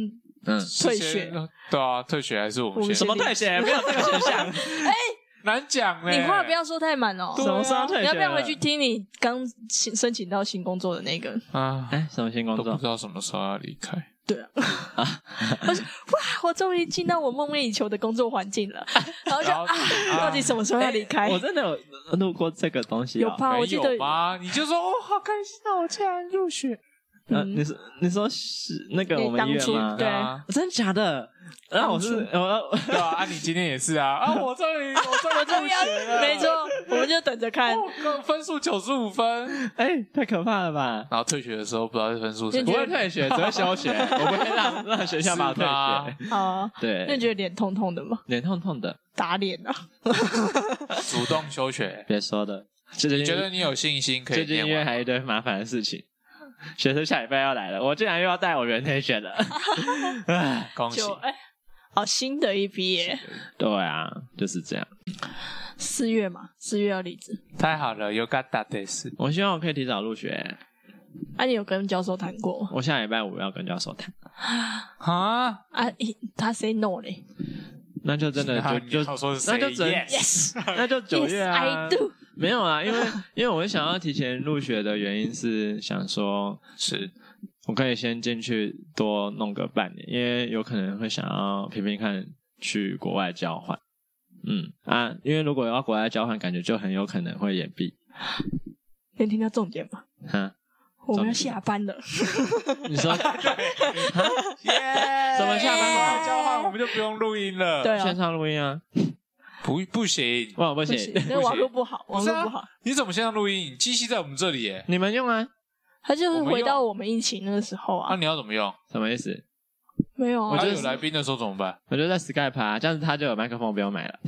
嗯，
退学，
是先。对啊，退学还是我
我
们
们
先
什
先？
么退学？ <laughs> 没有这个选项。
难讲呢。欸
你话不要说太满哦
对。
什么时候退学？
你要不要回去？听你刚请申请到新工作的那个？
啊，
哎，什么新工
都不
作
知？道什么时候要离开。
<laughs> 我终于进到我梦寐以求的工作环境
<laughs>
了，然后就
然后哎
啊，到底什么时候要离开？
我真的有路过这个东西
有
啊。
吧？我
没
记得
有吧？你就说哦，好开心啊！我竟然入学。
嗯，你说你说是那个我们医
当
院
初
吗？
对
啊，
真的假的？然后我是我
对啊，啊，你今天也是啊。啊，我终于，我终于入学了。
没错，我们就等着
<laughs>
看。
哦，分数九十五分。
哎，太可怕了吧！
然后退学的时候不知道是分数是
就
什
不
么
觉。
会退学，只会休 <laughs> 学。我不会让让学校把我
是吧
退学。
啊，那你
<laughs> 对，
觉得脸痛痛的吗？
脸痛痛的，
打脸啊！
主动休学。
别说了。 <laughs> 最近
你觉得你有信心可以
最近
念
因为
完吗？
还有一堆麻烦的事情，学生下礼拜要来了，我竟然又要带我原退学 <laughs> 了。唉，
恭喜
就！哎，好新的一批耶，
对啊，就是这样。
四月嘛，四月要离职。
太好了，You got that this。
我希望我可以提早入学，
啊，你有跟教授谈过吗？
我下礼拜五要跟教授谈，
啊，
啊，一他 say no 嘞
那就真的
那你
就
要
就
说是
那就
say
整
yes
那就九月
，Yes
啊
I。do。
没有啊，因为因为我想要提前入学的原因是想说，
<laughs> 是
我可以先进去多弄个半年，因为有可能会想要拼拼看去国外交换。嗯啊，因为如果要国外交换，感觉就很有可能会延毕。
能听到重点吗？
哈，
我们要下班了，
嗯 <laughs>
你说
耶
怎么下班
交换我们就不用录音了。
对啊
线，上录音啊？
不不行，
哇，不
不
行，
行，那网络不好，网
是
络
啊
不好。
你怎么线上录音？机器在我们这里耶，
你们用啊？
他就是
我们
回
用
到我们疫情那个时候
那
啊，
你要怎么用？
什么意思？
没有
我
啊
觉，
就是
有来宾的时候怎么办？
我就在 Skype 啊，这样子他就有麦克风不用买了。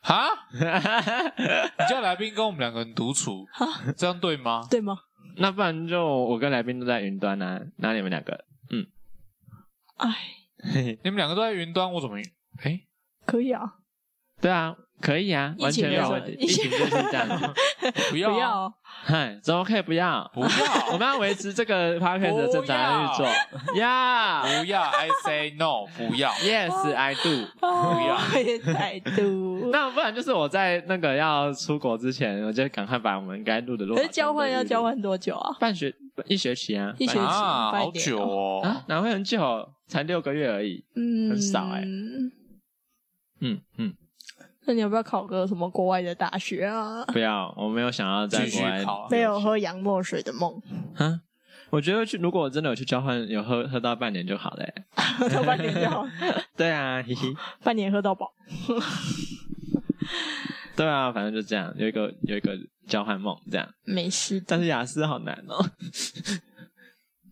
哈，你叫来宾跟我们两个人独处， <laughs> 这样对吗？
对吗？
那不然就我跟来宾都在云端啊，那你们两个，嗯
哎，
嘿嘿
你们两个都在云端，我怎么？哎，
可以啊，
<laughs> 对啊，可以啊，
疫
完
情
全没有
没
问
事
题，
疫
疫
情
情就是这样
<laughs>
子。
不
不
要
要
啊
哦，
嗨，怎么可以不要？
不要，
我们要维持这个 podcast 的正常运作。呀
不要，I say no，不要。
，Yes I do。。
不
要
<laughs>
态度
<laughs> 那不然就是我在那个要出国之前，我就赶快把我们该录的录好。
可是交换要交换多久啊？
半学一学期啊，
一学期
啊，
快
好
点
久哦！
啊，哪会很久？才六个月而已。
嗯，
很少欸嗯嗯，
那你要不要考个什么国外的大学啊？
不要，我没有想要在
继续
国外
考啊
没有喝洋墨水的梦，
啊。我觉得去，如果我真的有去交换，有喝喝到半年就好了、欸。
喝到半年就 <laughs> 好，
对啊，嘿嘿，
半年喝到饱。
对啊，反正就这样，有一个有一个交换梦这样。
没事的，
但是雅思好难哦。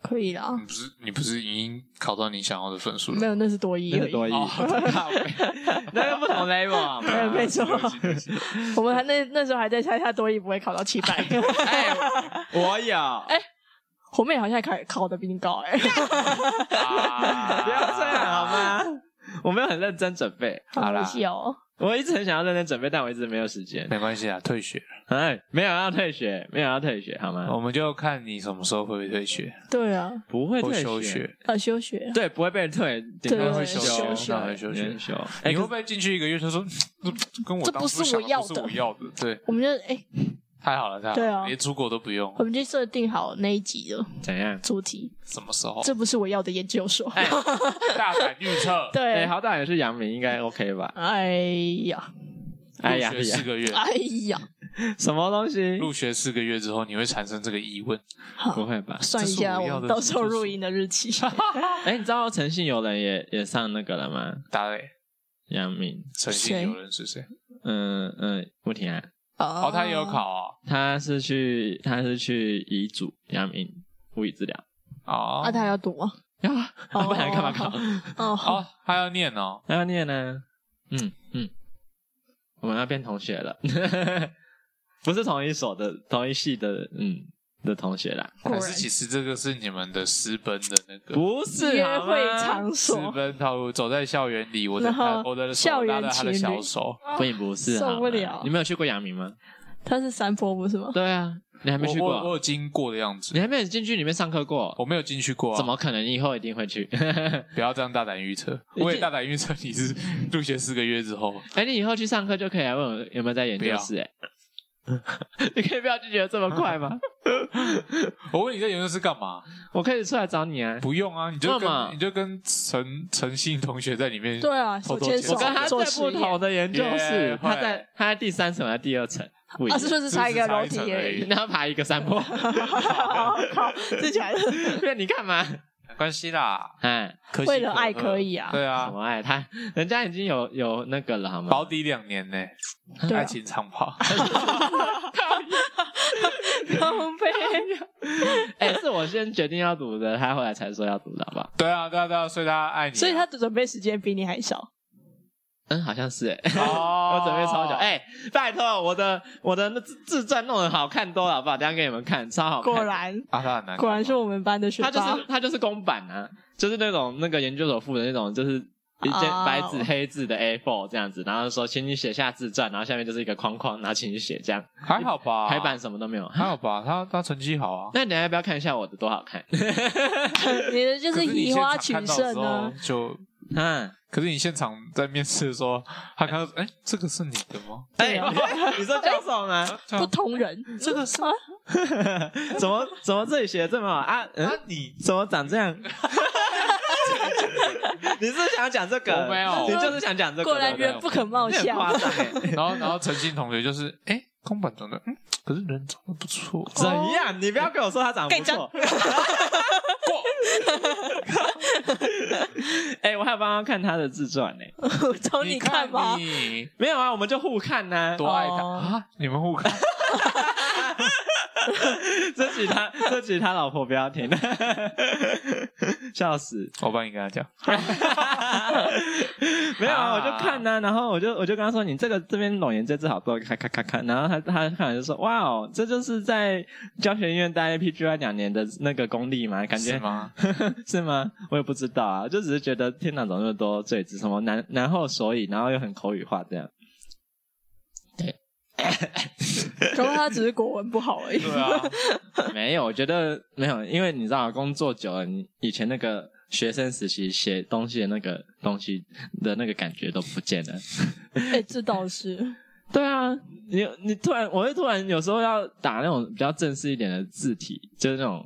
可以啦
你。不是你不是已经考到你想要的分数
没
了？
有，那是多一
那
而
是
已。
多一
哦，靠北
<laughs> 那又不同 level 啊
对
嘛
没错
对不起对不起
我们还那那时候还在猜他多一不会考到七百， <laughs>
哎，我有，哎，
红妹好像考考的比你高哎、
啊
不要这样好？吗？ <laughs> 我没有很认真准备，
好啦
可惜哦。
我一直很想要认真准备，但我一直没有
<laughs>
时间。
没关系啊，退学，
哎，没有要退学，没有要退学好吗？
我们就看你什么时候会不会退学
对啊，
不会
或
退
休学。
要休学。
对，不会被退，顶
对
多
会
休，
休学
那会休学
你休。哎
你会不会进去一个月就说，嗯这跟我
这
当
不
初
是
想
我要
的，不是
的
我要的，对，
我们就哎、
太好了，太好了，
对啊
连出国都不用
我，们就设定好那一集的
怎样？
主题，
什么时候？
这不是我要的研究所。
哎
<laughs> 大胆预测，
<laughs> 对，
哎，好歹也是阳明，应该 OK 吧？
哎呀，
哎呀
入
哎
学四
呀，
个月，
哎呀，
什么东西？
入学四个月之后，你会产生这个疑问，
哦
不会吧？
算一
这是
下
我要
我
的
们到时候
研究所
录音的日期。 <laughs>
哎，你知道诚信友人也也上那个了吗？
大磊，
阳明，
诚信友人是谁？
嗯嗯，不婷啊，
哦，
哦
他也有考
他是去他是去乙组阳明物理治疗。
啊，哦，
那他要读吗？
要啊，
哦
不然干嘛考？
哦，好，
哦，他要念哦，
还要念呢、嗯嗯，我们要变同学了， <laughs> 不是同一所的、同一系的，嗯的同学啦，
果
还
然
是其实这个是你们的私奔的那个
不是
约会
场，
场
私
所
奔套路，走在校园里，我的
然后
我的手
校园
拉着他的
情
小
侣
手，
并不是，
受
好吗
不了
你没有去过阳明吗？
他是山坡不是吗？
对啊，你还没去
我我我
过，
有经过的样子
你，还没有进去里面上课过，
我没有进去过啊，
怎么可能？你以后一定会去。 <laughs>
不要这样大胆预测，
你
我也
这
大胆预测你是入学四个月之后，
哎、你以后去上课就可以来问我有没有在研究室、哎， <laughs> 你可以不要拒绝得这么快
<laughs>
吗？
我问你在研究室干嘛？
我可以出来找你啊。
不用啊，你就
干嘛
跟你就跟陈陈信同学在里面，
对啊，手
偷偷牵
牵手
我跟他
做
在
实
不
验
同的研究室
耶，
他
会
在他在第三层，还是第二层，不一
啊，
样
是。不是
只
差一
是
个
差
楼
一
梯
层而
而
已
已？
你要爬一个
<laughs>
山坡，
好靠，自己来的。
那你干嘛？
没关系啦，
哎，
可喜
为了
可
爱
贺
可以啊
对
什
啊，
么爱他？人家已经有有那个了，好吗
保？底两年呢，
对啊
爱情长跑， <laughs>
靠背，
哎，是我先决定要读的，他后来才说要读的，好不好？
对啊，对啊，对啊，所以他爱你啊，
所以他的准备时间比你还少。
嗯，好像是哎。
<laughs>
哦，
我准备超久，哎，拜托，我的我的那自自传弄得好看多了，好不好？等一下给你们看，超好看。
果然，
啊，他很难，
果然是我们班的学
他就
霸
是。他就是公版啊，就是那种那个研究所附的那种，就是一件
哦
白纸黑字的 A4 这样子，然后说请你写下自传，然后下面就是一个框框，然后请你写这样，
还好吧，
排版什么都没有。
<laughs> 还好吧，他他成绩好啊，
那你要不要看一下我的多好看？
<laughs> 你的就
可
是
是你
移
现
花啊
场
取
看到的
胜
时
呢
候，就。
嗯，
可是你现场在面试的时候， <laughs> 他看到，哎、这个是你的吗？ <laughs>
哎
对啊，
你说教授吗？
对啊
不同人。
这个是
啊
<laughs> 怎么怎么这里写的这么好啊？
啊
嗯，，
你
怎么长这样？ <laughs> 你是想讲这个？
我没有
你就是想讲这个。
果然
对
人
不
不可貌
对你很夸
相。<laughs>
张哎。
然后，然后陈信同学就是，哎、公版长得，嗯，可是人长得不错，
怎样？你不要跟我说他长得不错。 <laughs> 哎、我还帮他看他的自传呢、
找哦你看吗？ <laughs>
你
没有啊，我们就互看呐、
多爱他、
哦
啊！你们互
<laughs>
看，
这集他这集他老婆不要听， <laughs> 笑死。
我帮你跟他讲，
没有啊，
啊
我就看呐、然后我就我就跟他说，你这个这边拢岩这字好多，咔咔咔咔。然后他他看完就说，哇哦，这就是在教学院待 PGY 两年的那个功力嘛，感觉
是
<laughs>
吗？
是吗？我也不知道啊，就只是觉得天哪，怎么那么多罪字，什么然然后所以，然后又很口语化这样。
可能他只是国文不好而已。
<laughs>
对啊，
没有，我觉得没有，因为你知道，工作久了，你以前那个学生时期写东西的那个东西的那个感觉都不见了。
哎，这倒
<laughs>
是。
对啊，你你突然，我会突然有时候要打那种比较正式一点的字体，就是那种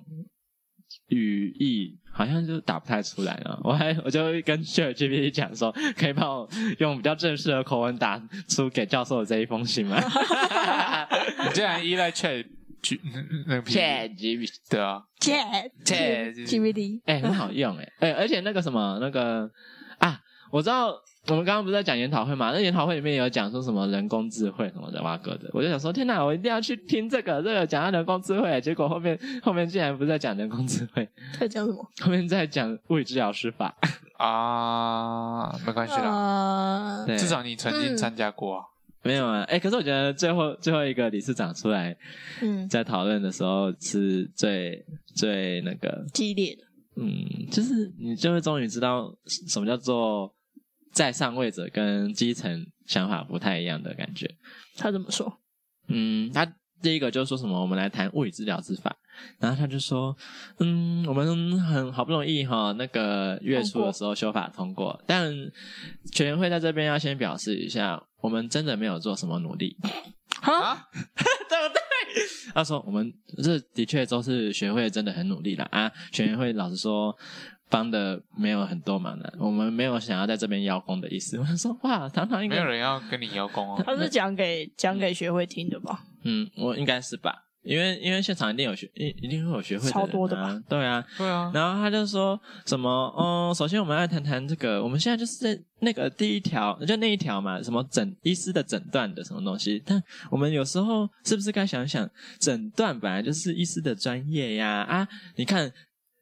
语义好像就打不太出来了。 <laughs> 我还我就跟 Chat GPT 讲说，可以帮我用比较正式的口吻打出给教授的这一封信吗
你竟然依赖 Chat G 那个 P
？Chat <laughs> GPT，
对啊
Chat
，Chat
GPT
哎、很好用哎、哎、而且那个什么那个啊，我知道我们刚刚不是在讲研讨会嘛？那研讨会里面有讲说什么人工智慧什么的哇哥的，我就想说天哪，我一定要去听这个这个讲到人工智慧，结果后面后面竟然不是在讲人工智慧，
在讲什么？
后面在讲物理治疗师法。
啊，没关系啦，
呃，
啊
对，
至少你曾经
嗯
参加过啊。
没有啊。哎、可是我觉得最后最后一个理事长出来
嗯，
在讨论的时候是最最那个，
激烈的，
嗯，就是你就会终于知道什么叫做在上位者跟基层想法不太一样的感觉。
他怎么说？
嗯，他第一个就说什么，我们来谈物理治疗之法，然后他就说，嗯，我们很好不容易哈，那个月初的时候修法通过，但全员会在这边要先表示一下，我们真的没有做什么努力，
啊，
对不对？他说我们这的确都是学会真的很努力了啊，全员会老实说。帮的没有很多忙的，我们没有想要在这边邀功的意思。我 <laughs> 就说，哇，堂堂一
没有
个
人要跟你邀功哦。
他是讲给讲给学会听的吧？
嗯，我应该是吧，因为因为现场一定有学，一一定会有学会的、啊、
超多的吧？
对啊，
对啊，
然后他就说什么，哦，首先我们要谈谈这个，我们现在就是在那个第一条，就那一条嘛，什么诊医师的诊断的什么东西，但我们有时候是不是该想想，诊断本来就是医师的专业呀，啊，你看。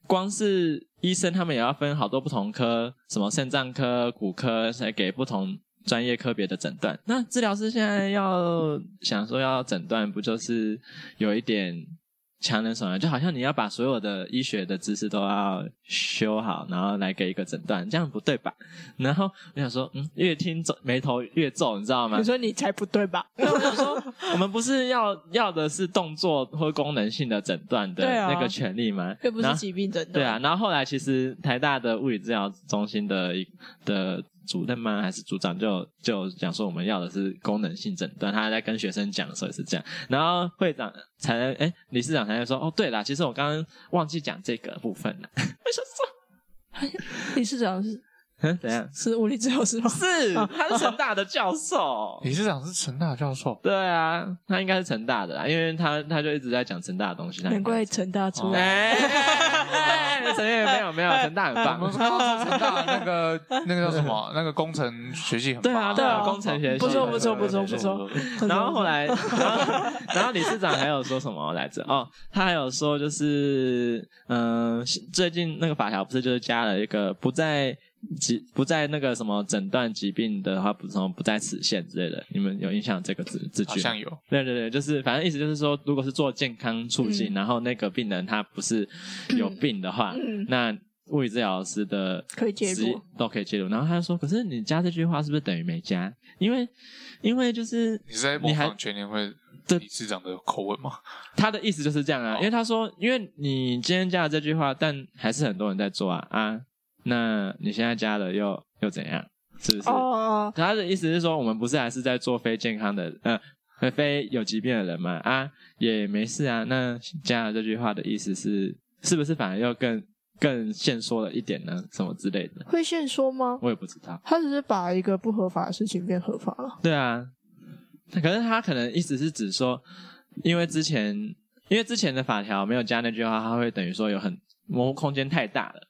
光是医生，他们也要分好多不同科，什么肾脏科、骨科，才给不同专业科别的诊断。那治疗师现在要想说要诊断，不就是有一点强人所难？就好像你要把所有的医学的知识都要修好，然后来给一个诊断，这样不对吧？然后我想说，嗯，越听皱眉头越皱，你
<laughs>
知道吗
你？说你才不对吧？
对，我想说，我们不是要要的是动作或功能性的诊断的
对啊
那个权利吗？
又不
然
是
后
疾病诊断。
对啊，，然后后来其实台大的物理治疗中心的一的主任吗，还是组长就就讲说我们要的是功能性诊断，他在跟学生讲的时候也是这样，然后会长才哎理事长才会说哦对啦，其实我刚刚忘记讲这个部分了，
理事长是
嗯怎样？
是物理治疗师
<laughs>
吗？
是
哦
他是成大的教授，
理事长是陈大教授，
<laughs> 对啊，他应该是成大的啦，因为他他就一直在讲成大的东西，他应
难
该
怪成大出来。
哎哎，哎陈彦没有没有，成大很
我们
棒。
刚刚说陈
<laughs>
大那个那个叫什么？那个工程学系很棒
对啊对啊工程学系
不错不错不错不
对对
错。
对对对
然后后来，然后然后理事长还有说什么来着？哦，他还有说就是，嗯、最近那个法条不是就是加了一个不在疾不在那个什么诊断疾病的话，不是什么不在此限之类的，你们有印象这个字字
好
句吗？
像有
对对对，就是反正意思就是说，如果是做健康促进，然后那个病人他不是有病的话，
嗯
那物理治疗师的
可以介入
职业都可以介入。然后他就说，可是你加这句话是不是等于没加？因为因为就是
你是在模
你还
仿全年会
对
理事长的口吻吗？
他的意思就是这样啊，
哦
因为他说，因为你今天加了这句话，但还是很多人在做啊啊，那你现在加了又又怎样？是不是？
哦，
他的意思是说，我们不是还是在做非健康的，呃，呃非有疾病的人嘛？啊，也没事啊。那加了这句话的意思是，是不是反而又更更限缩了一点呢？什么之类的，
会限缩吗？
我也不知道。
他只是把一个不合法的事情变合法了。
对啊，可是他可能意思是指说，因为之前因为之前的法条没有加那句话，他会等于说有很模糊空间太大了，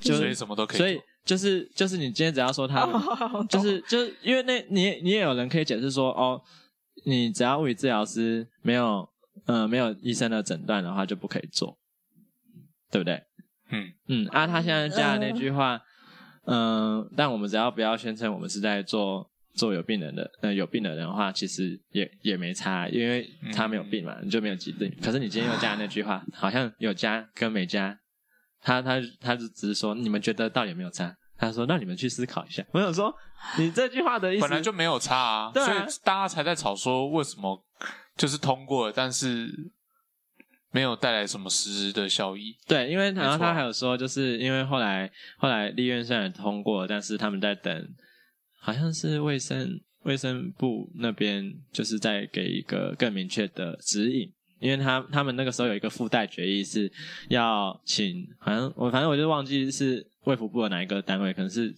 就
所以什么都可以做。
所以就是就是你今天只要说他。
哦
就是就是因为那你也你也有人可以解释说哦，你只要物理治疗师没有呃没有医生的诊断的话就不可以做，对不对？
嗯
嗯，啊，他现在加的那句话，嗯、但我们只要不要宣称我们是在做做有病人的，呃，有病的人的话，其实也也没差，啊因为他没有病嘛，你就没有疾病。可是你今天又加那句话，好像有加跟没加，他他他就只是说你们觉得到底有没有差？他说让你们去思考一下。我想说，
<laughs>
你这句话的意思
本来就没有差啊，
对啊
所以大家才在吵说为什么就是通过了，但是没有带来什么实质的效益。
对，因为然后
没错
他还有说，就是因为后来后来立院虽然通过，但是他们在等，好像是卫生卫生部那边就是在给一个更明确的指引。因为他他们那个时候有一个附带决议是要请，反正我反正我就忘记是卫福部的哪一个单位，可能是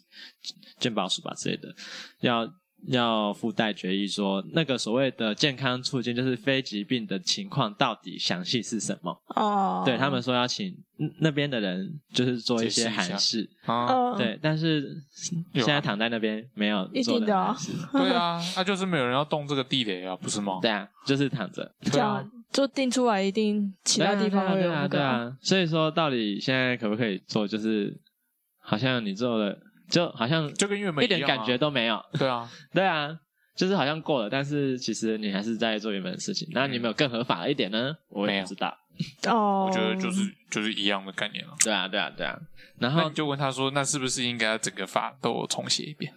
健保署吧之类的，要要附带决议说那个所谓的健康促进就是非疾病的情况到底详细是什么？
哦，
对他们说要请嗯那边的人就是做一
解释
些
一下
函释，
啊，
嗯，
对，但是
有啊
现在躺在那边没有
一
做
定的
任何
哦
事，
对啊，那、就是没有人要动这个地雷啊，不是吗？
对啊，就是躺着。
对
这
啊
样，就定出来，一定其
对
他
啊
地方会
对
有
啊
那
对啊对
个啊。
啊。所以说，到底现在可不可以做？就是好像你做了，就好像
就跟原本
一点
样啊
感觉都没有。
对啊，
对啊，就是好像过了，但是其实你还是在做原本的事情。那你有没有更合法一点呢？我
嗯没
也
有
不知道。
哦，
我觉得就是就是一样的概念了。
对啊，对啊，对啊。然
然后
后
你就问他说：“那是不是应该整个法都重写一
<laughs>
遍？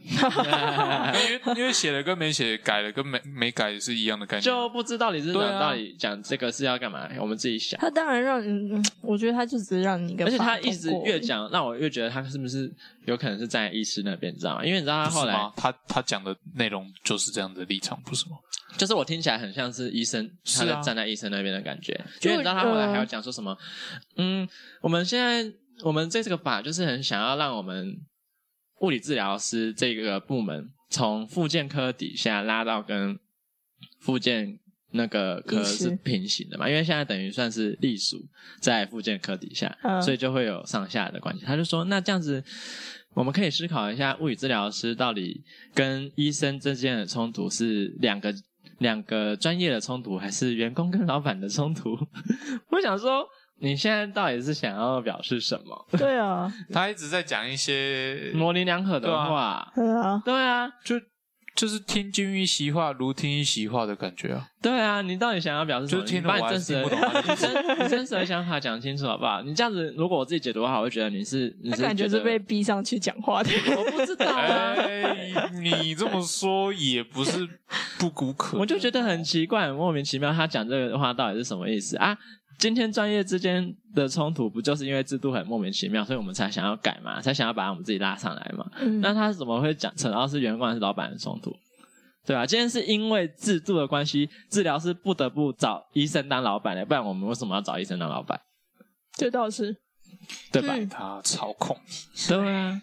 因为因为写了跟没写，改了跟没没改是一样的概念。
就不知道你是
对
想
啊
到底讲这个是要干嘛，我们自己想。
他当然让你，嗯我觉得他就只是让你一个
而且
法
他
通过，
一直越讲，让我越觉得他是不是有可能是站在医师那边，你知道吗？因为你知道他
不是
后来
吗？他他讲的内容就是这样的立场，不是吗？
就是我听起来很像是医生，
是
他
啊
在站在医生那边的感觉。
就
因为你知道他后来
呃
还有讲说什么，嗯，我们现在我们这个法就是很想要让我们物理治疗师这个部门从复健科底下拉到跟复健那个科
医师
是平行的嘛，因为现在等于算是隶属在复健科底下，
嗯
所以就会有上下的关系。他就说，那这样子，我们可以思考一下，物理治疗师到底跟医生之间的冲突是两个两个专业的冲突，还是员工跟老板的冲突？ <laughs> 我想说，你现在到底是想要表示什么？
<laughs> 对啊，
嗯
他一直在讲一些，
模棱两可的
对啊
话，
对啊，
对啊，
就就是听君一席话，如听一席话的感觉啊。
对啊，你到底想要表示什么？
就是听
你
了
把
我
你
还
真
是
实
听不懂啊
的
他的
你
意思
真你真实的想法讲清楚好不好？你这样子，如果我自己解读的话，我会觉得你是你
他
是
感觉
觉
是
得
被逼上去讲
<laughs>
话的。
我不知道
<laughs>
啊。
哎，你这么说也不是不无可能，
<laughs> 我就觉得很奇怪，莫名其妙，他讲这个话到底是什么意思啊？今天专业之间的冲突，不就是因为制度很莫名其妙，所以我们才想要改嘛，才想要把我们自己拉上来嘛？
嗯
那他怎么会讲陈奥是员工还是老板的冲突？对吧、今天是因为制度的关系，治疗师不得不找医生当老板的，不然我们为什么要找医生当老板？
这倒是，
对吧？
嗯
他操控你。
对啊，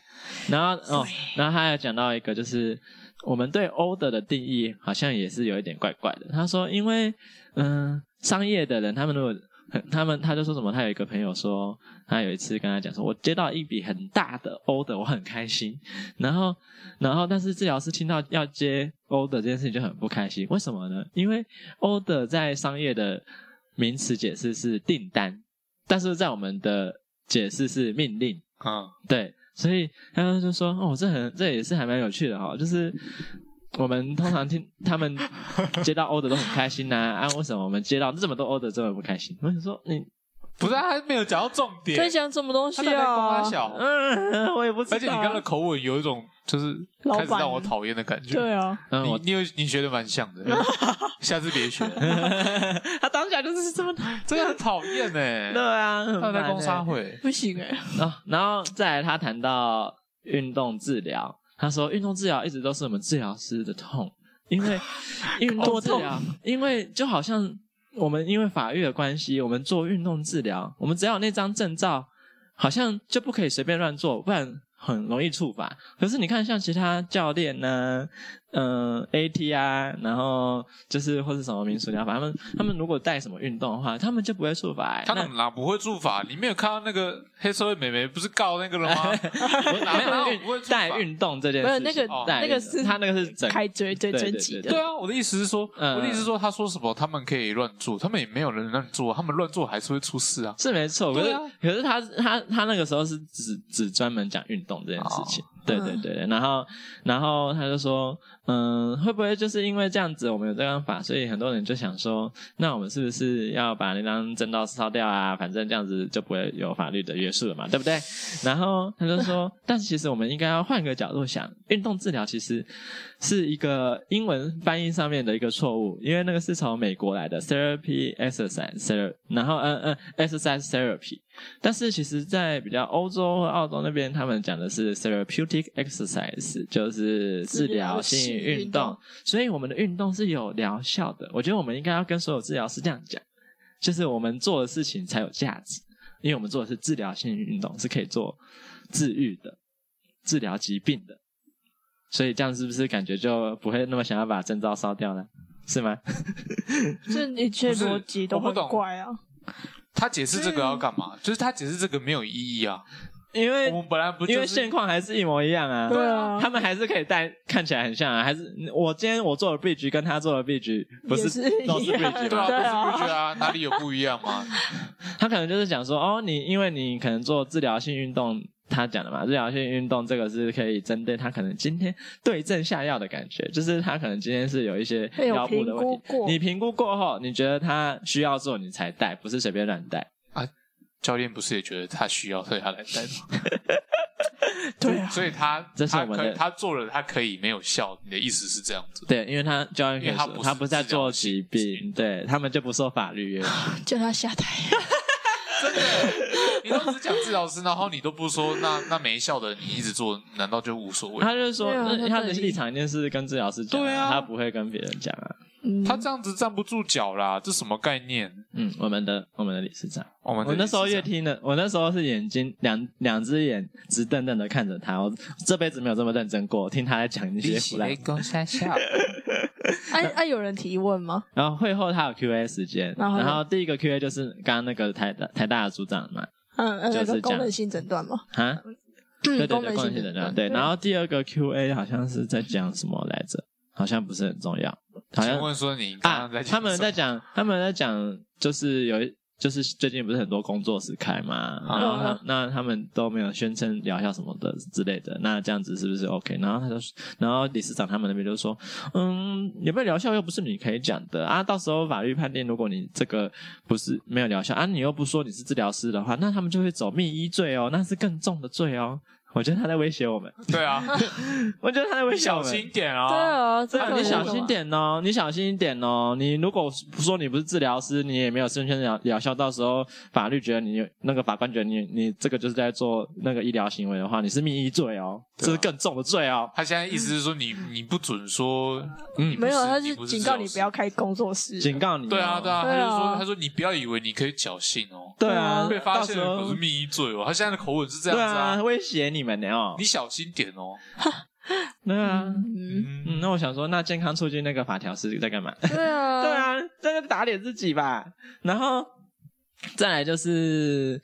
然后哦，然后他还讲到一个，就是我们对 order 的定义好像也是有一点怪怪的。他说，因为嗯、商业的人他们如果他们他就说什么，他有一个朋友说，他有一次跟他讲说，我接到一笔很大的 order，我很开心。然后，然后但是治疗师听到要接 order 这件事情就很不开心，为什么呢？因为 order 在商业的名词解释是订单，但是在我们的解释是命令。
嗯，
对，所以他就说：“哦，这很这也是还蛮有趣的哈、就是我们通常听他们接到 order 都很开心呐、啊，为什么我们接到这么多 order 这么不开心？我想说你，
不是啊，他没有讲到重点。
在讲什么东
他
西
在那
啊
光？小，
啊嗯，我也不知道啊、
而且你刚刚的口吻有一种就是
老
开
板
始让我讨厌的感觉。
对啊，
嗯，
你
我
你有你学的蛮像的，下次别学，
<laughs> 他当下就是这么
这个很讨厌
<laughs>
哎。
对啊，很
他在
烦
攻杀
欸
会，
不行哎、
啊，然后再来他谈到运动治疗，他说运动治疗一直都是我们治疗师的痛，因为运动治疗，因为就好像我们因为法律的关系，我们做运动治疗，我们只要有那张证照，好像就不可以随便乱做，不然。很容易触法，可是你看，像其他教练呢、嗯、AT 啊，然后就是或是什么民俗疗法，他们他们如果带什么运动的话，他们就不会触法、欸。
他
那
怎么哪不会住法？你没有看到那个黑社会美眉不是告那个了
<laughs>
吗？
没有运
不会触法
带运动这件
没有
事情，
那个
哦
带
那
运
个
动
是
他那个是整
<laughs> 开追对
对对
征集
对
的
对啊，我的意思是说，
嗯
我的意思是说，他说什么他们可以乱做，他们也没有人乱做，他们乱做还是会出事啊。
是没错，可
对
是、
啊
可是他他他那个时候是只只专门讲运动这件
哦
事情，对
嗯
对对对，然后然后他就说，嗯，会不会就是因为这样子，我们有这张法，所以很多人就想说，那我们是不是要把那张证照烧掉啊？反正这样子就不会有法律的约束了嘛，对不对？然后他就说，但是其实我们应该要换个角度想，运动治疗其实是一个英文翻译上面的一个错误，因为那个是从美国来的 therapy exercise therapy，然后嗯嗯 exercise therapy，但是其实在比较欧洲或澳洲那边，他们讲的是 therapeutic exercise，就是治疗性
治
运
疗性运动
动，所以我们的运动是有疗效的。我觉得我们应该要跟所有治疗师这样讲。就是我们做的事情才有价值，因为我们做的是治疗性运动，是可以做治愈的、治疗疾病的，所以这样是不是感觉就不会那么想要把证照烧掉呢？是吗？
这一切
不是
逻辑都
我不
很
懂
怪啊。
他解释这个要干嘛？就是他解释这个没有意义啊。
<laughs> 因为
我们本来不
因
就
为
是
现况还是一模一样啊，
对啊
他们还是可以带，看起来很像啊，还是我今天我做的 bridge 跟他做的 bridge 不
也
是
是一
都是
样
bridge
对啊，
吗？
不
对啊
是不觉得啊，哪里有不一样吗？ <laughs>
他可能就是讲说，哦，你因为你可能做治疗性运动，他讲的嘛，治疗性运动这个是可以针对他可能今天对症下药的感觉，就是他可能今天是有一些
有
腰部的问
评估
题，
过
你评估过后，你觉得他需要做你才带，不是随便乱带。
教练不是也觉得他需要，所以他来带吗？
对啊
所以他
这是
他
我们
可以
的
他做了，他可以没有效。你的意思是这样
<laughs>
子？
对，因为他教练可
因为
以
他
说
不是
他不是在
治疗
做
性啊
疾病，对他们就不受法律约束。
叫他下台，
你都只讲治疗师，然后你都不说，那那没效的你一直做，难道就无所谓？
他就是说，
对啊
那
他
他的
对立
立场一定是跟治疗师讲，
对啊
他不会跟别人讲啊。
嗯
他这样子站不住脚啦，这什么概念？
嗯，我们的我们的理事长，
我们
我那时候越
也
听的，我那时候是眼睛两两只眼直瞪瞪的看着他，我这辈子没有这么认真过，听他在讲一些腐烂。
攻山下，
哎哎，有人提问吗？
然后会后他有 Q&A 时间，
然后呢
然后第一个 Q&A 就是刚刚那个台大台大的组长嘛，
嗯嗯，
就
那
是这
个功
样
能性诊断吗？
啊，
嗯
对对
功
对，
能
关
性
系
诊
的人
断。
对，然后第二个 Q&A 好像是在讲什么来着，好像不是很重要， <laughs> 好像
请问说你刚
啊
刚在，讲
他们在
什
讲，他们在讲，就是有一，就是最近不是很多工作室开嘛，
啊
然后他那他们都没有宣称疗效什么的之类的，那这样子是不是 OK？然后他就，然后理事长他们那边就说，嗯，有没有疗效又不是你可以讲的啊，到时候法律判定，如果你这个不是没有疗效啊，你又不说你是治疗师的话，那他们就会走密医罪哦，那是更重的罪哦。我觉得他在威胁我们，
么 <laughs>
<laughs>
对啊，
我觉得他在威
你
胁我
小
们。
心点啊！
对啊，这
对啊
个
你
有
小
什
心
么。
点哦，你小心一点哦。你如果说你不是治疗师，你也没有生宣疗疗效，到时候法律觉得你那个法官觉得你你这个就是在做那个医疗行为的话，你是密医罪哦，
对啊
这是更重的罪哦。
他现在意思是说你你不准说，
嗯
你不
没有，他
是
是
不是
警告
治疗
你
师
不要开工作室。
警告你、哦
对啊，对啊，，他
对
就
啊
说，他说你不要以为你可以侥幸哦，
对啊，
被发现
到
了
时
可是
候
密医罪哦。他现在的口吻是这
对
样子
啊，
啊，
威胁你们呢哦
你。小心点哦。
对啊，
嗯，
嗯，
嗯，
那我想说，那健康促进那个法条是在干嘛？
对啊，
对，啊，真的打脸自己吧。然后再来就是，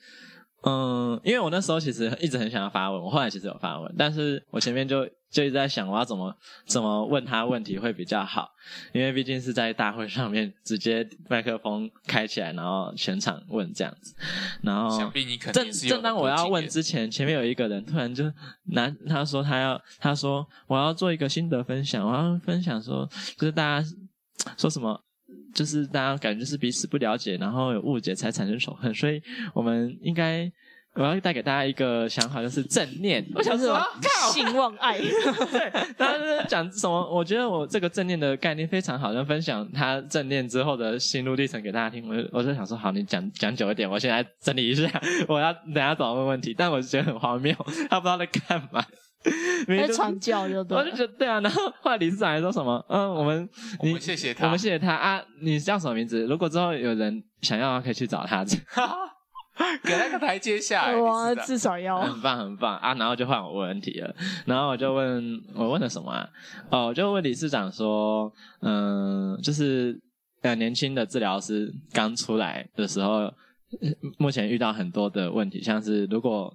嗯，因为我那时候其实一直很想要发问，我后来其实有发问，但是我前面就就一直在想我要怎么怎么问他问题会比较好，因为毕竟是在大会上面直接麦克风开起来，然后全场 <laughs> 问这样子，然后
想必你肯
嗯正
定是有
正当我要问
自
之前，前面有一个人突然就拿他说他要他说我要做一个心得分享，我要分享说就是大家说什么。就是大家感觉是彼此不了解，然后有误解才产生仇恨，所以我们应该我要带给大家一个想法，就是正念。我想
就是
说，
性望爱，
对，然后就是讲什么？我觉得我这个正念的概念非常好，就分享他正念之后的心路历程给大家听。我就我就想说，好，你讲讲久一点，我现在整理一下，我要等下找问问题。但我觉得很荒谬，他不知道在干嘛，明明
在
哎
就是
传教就
我
对了。
就觉得对啊，然后后来理事长还说什么？嗯，我们
己，我
你
们谢谢
我
他
们。谢谢他啊，你叫什么名字？如果之后有人想要，可以去找他。
给他个台阶下哎来，
哇，
你知道
至少
哦
要
很棒很棒啊！然后就换我问题了，然后我就问我问了什么啊？哦，我就问理事长说，嗯、就是呃年轻的治疗师刚出来的时候，呃目前遇到很多的问题，像是如果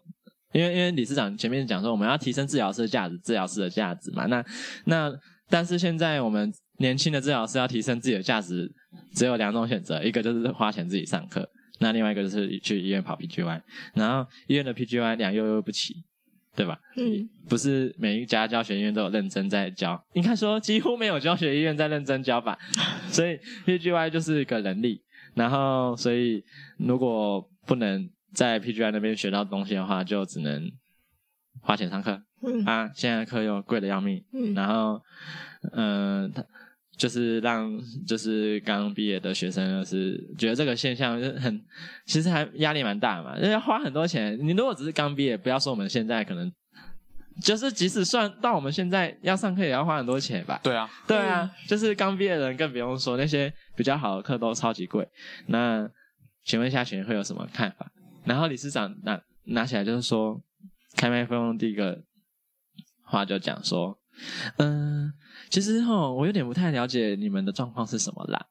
因为因为理事长前面讲说我们要提升治疗师的价值，治疗师的价值嘛，那那但是现在我们年轻的治疗师要提升自己的价值，只有两种选择，一个就是花钱自己上课，那另外一个就是去医院跑 PGY，然后医院的 PGY 良莠不齐，对吧？
嗯，
不是每一家教学医院都有认真在教，应该说几乎没有教学医院在认真教吧。所以 PGY 就是一个能力，然后所以如果不能在 PGY 那边学到东西的话，就只能花钱上课
嗯
啊。现在的课又贵的要命，
嗯
然后，嗯、他就是让就是刚毕业的学生，就是觉得这个现象就是很，其实还压力蛮大嘛，就是要花很多钱。你如果只是刚毕业，不要说我们现在可能，就是即使算到我们现在要上课，也要花很多钱吧。
对啊，
嗯
对啊，就是刚毕业的人更不用说，那些比较好的课都超级贵。那请问一下学会有什么看法？”然后理事长拿拿起来就是说，开麦克风第一个话就讲说：“嗯、其实哈，我有点不太了解你们的状况是什么啦。”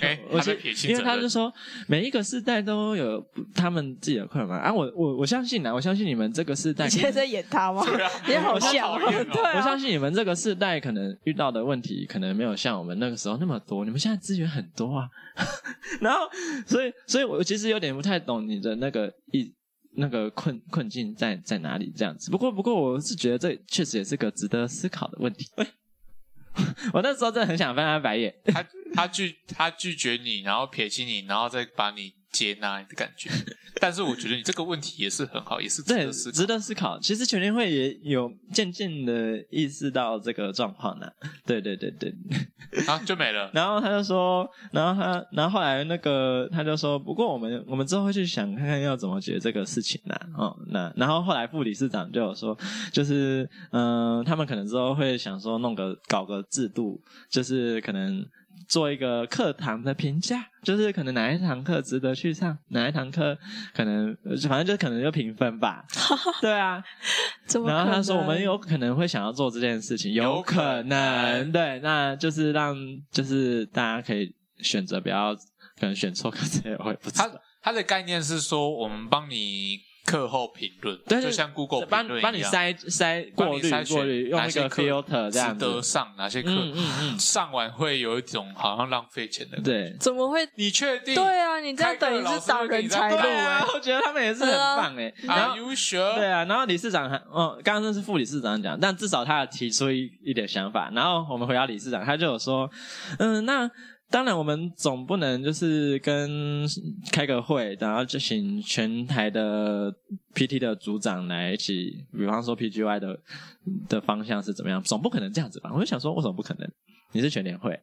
哎，
我
他在
是
撇清
因为
责
他就
任
说每一个世代都有不他们自己的困扰嘛啊，我我我相信啊，我相信你们这个世代
你
可
现在
能，
在演他吗？
对啊，
你好笑
笑，
哦
对啊
我相信你们这个世代可能遇到的问题，可能没有像我们那个时候那么多，你们现在资源很多啊， <laughs> 然后所以所以我其实有点不太懂你的那个一。那个困困境在在哪里？这样子，不过不过，我是觉得这确实也是个值得思考的问题。喂 <laughs> 我那时候真的很想翻他白眼，
他他拒他拒绝你，然后撇清你，然后再把你接纳的感觉。但是我觉得你这个问题也是很好，也是值
对，
得思考
值。得思考。其实全联会也有渐渐的意识到这个状况呢、 <laughs> 对对对对。
啊，就没了。
然后他就说，然后他，然后后来那个他就说，不过我们我们之后会去想看看要怎么解决这个事情啦、哦，那然后后来副理事长就有说，就是嗯、呃他们可能之后会想说弄个搞个制度，就是可能。做一个课堂的评价，就是可能哪一堂课值得去上，哪一堂课可能，呃反正就可能就评分吧。对啊，
怎么可能
然后他说我们有可能会想要做这件事情，
有
有可
可
能，
能
对，那就是让就是大家可以选择不要，可能选错课之类的，我也不知
他
道。
他的概念是说，我们帮你课后评论，
对对
就像 Google
帮
评论一样，
帮你筛筛
帮
过
你
滤
筛选
过滤，用
哪
一
些
个
课
filter 这样
值
子
得。上哪些课，
嗯嗯嗯
上完会有一种好像浪费钱的感觉。
对
怎么会？
你确定？
对啊，你这样
开课
等于
老
是
师
挡
会跟
人
你在
财
对
路
啊
哎。
啊，我觉得他们也是很棒哎。然后
，Are you <laughs> sure？
对啊，然后理事长还，哦，刚刚那是副理事长讲，但至少他有提出一一点想法。然后我们回到理事长，他就有说，嗯，那当然我们总不能就是跟开个会，然后就请全台的 PT 的组长来一起，比方说 PGY 的的方向是怎么样，总不可能这样子吧？我就想说，为什么不可能？你是全联会，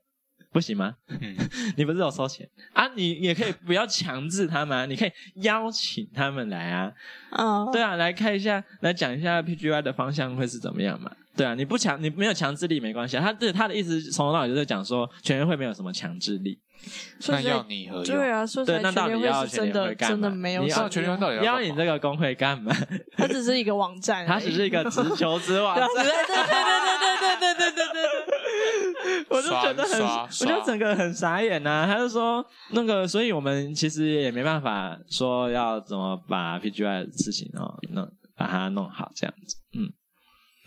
不行吗？
嗯
你不是有收钱啊？你也可以不要强制他们、啊，你可以邀请他们来啊。
嗯，
对啊，来看一下，来讲一下 PGY 的方向会是怎么样嘛？对啊，你不强，你没有强制力没关系啊。他对他的意思从头到尾就是讲说，全运会没有什么强制力。
说
那
实在
要你何
对
用？
啊，说起来
对那到底
全联
要
会是真
全联
的
会干嘛
真的没有
你
什
要
么
上全联到底要
邀
干
你
嘛
这个工会干嘛？
它只是一个网站而已，
他只是一个直球之王
啊
对。对对对对对对对对对对对，
<laughs> 我就觉得很，
刷
我
刷
就整个很傻眼呐、他就说那个，所以我们其实也没办法说要怎么把 PGY 的事情哦，弄把它弄好这样子，嗯。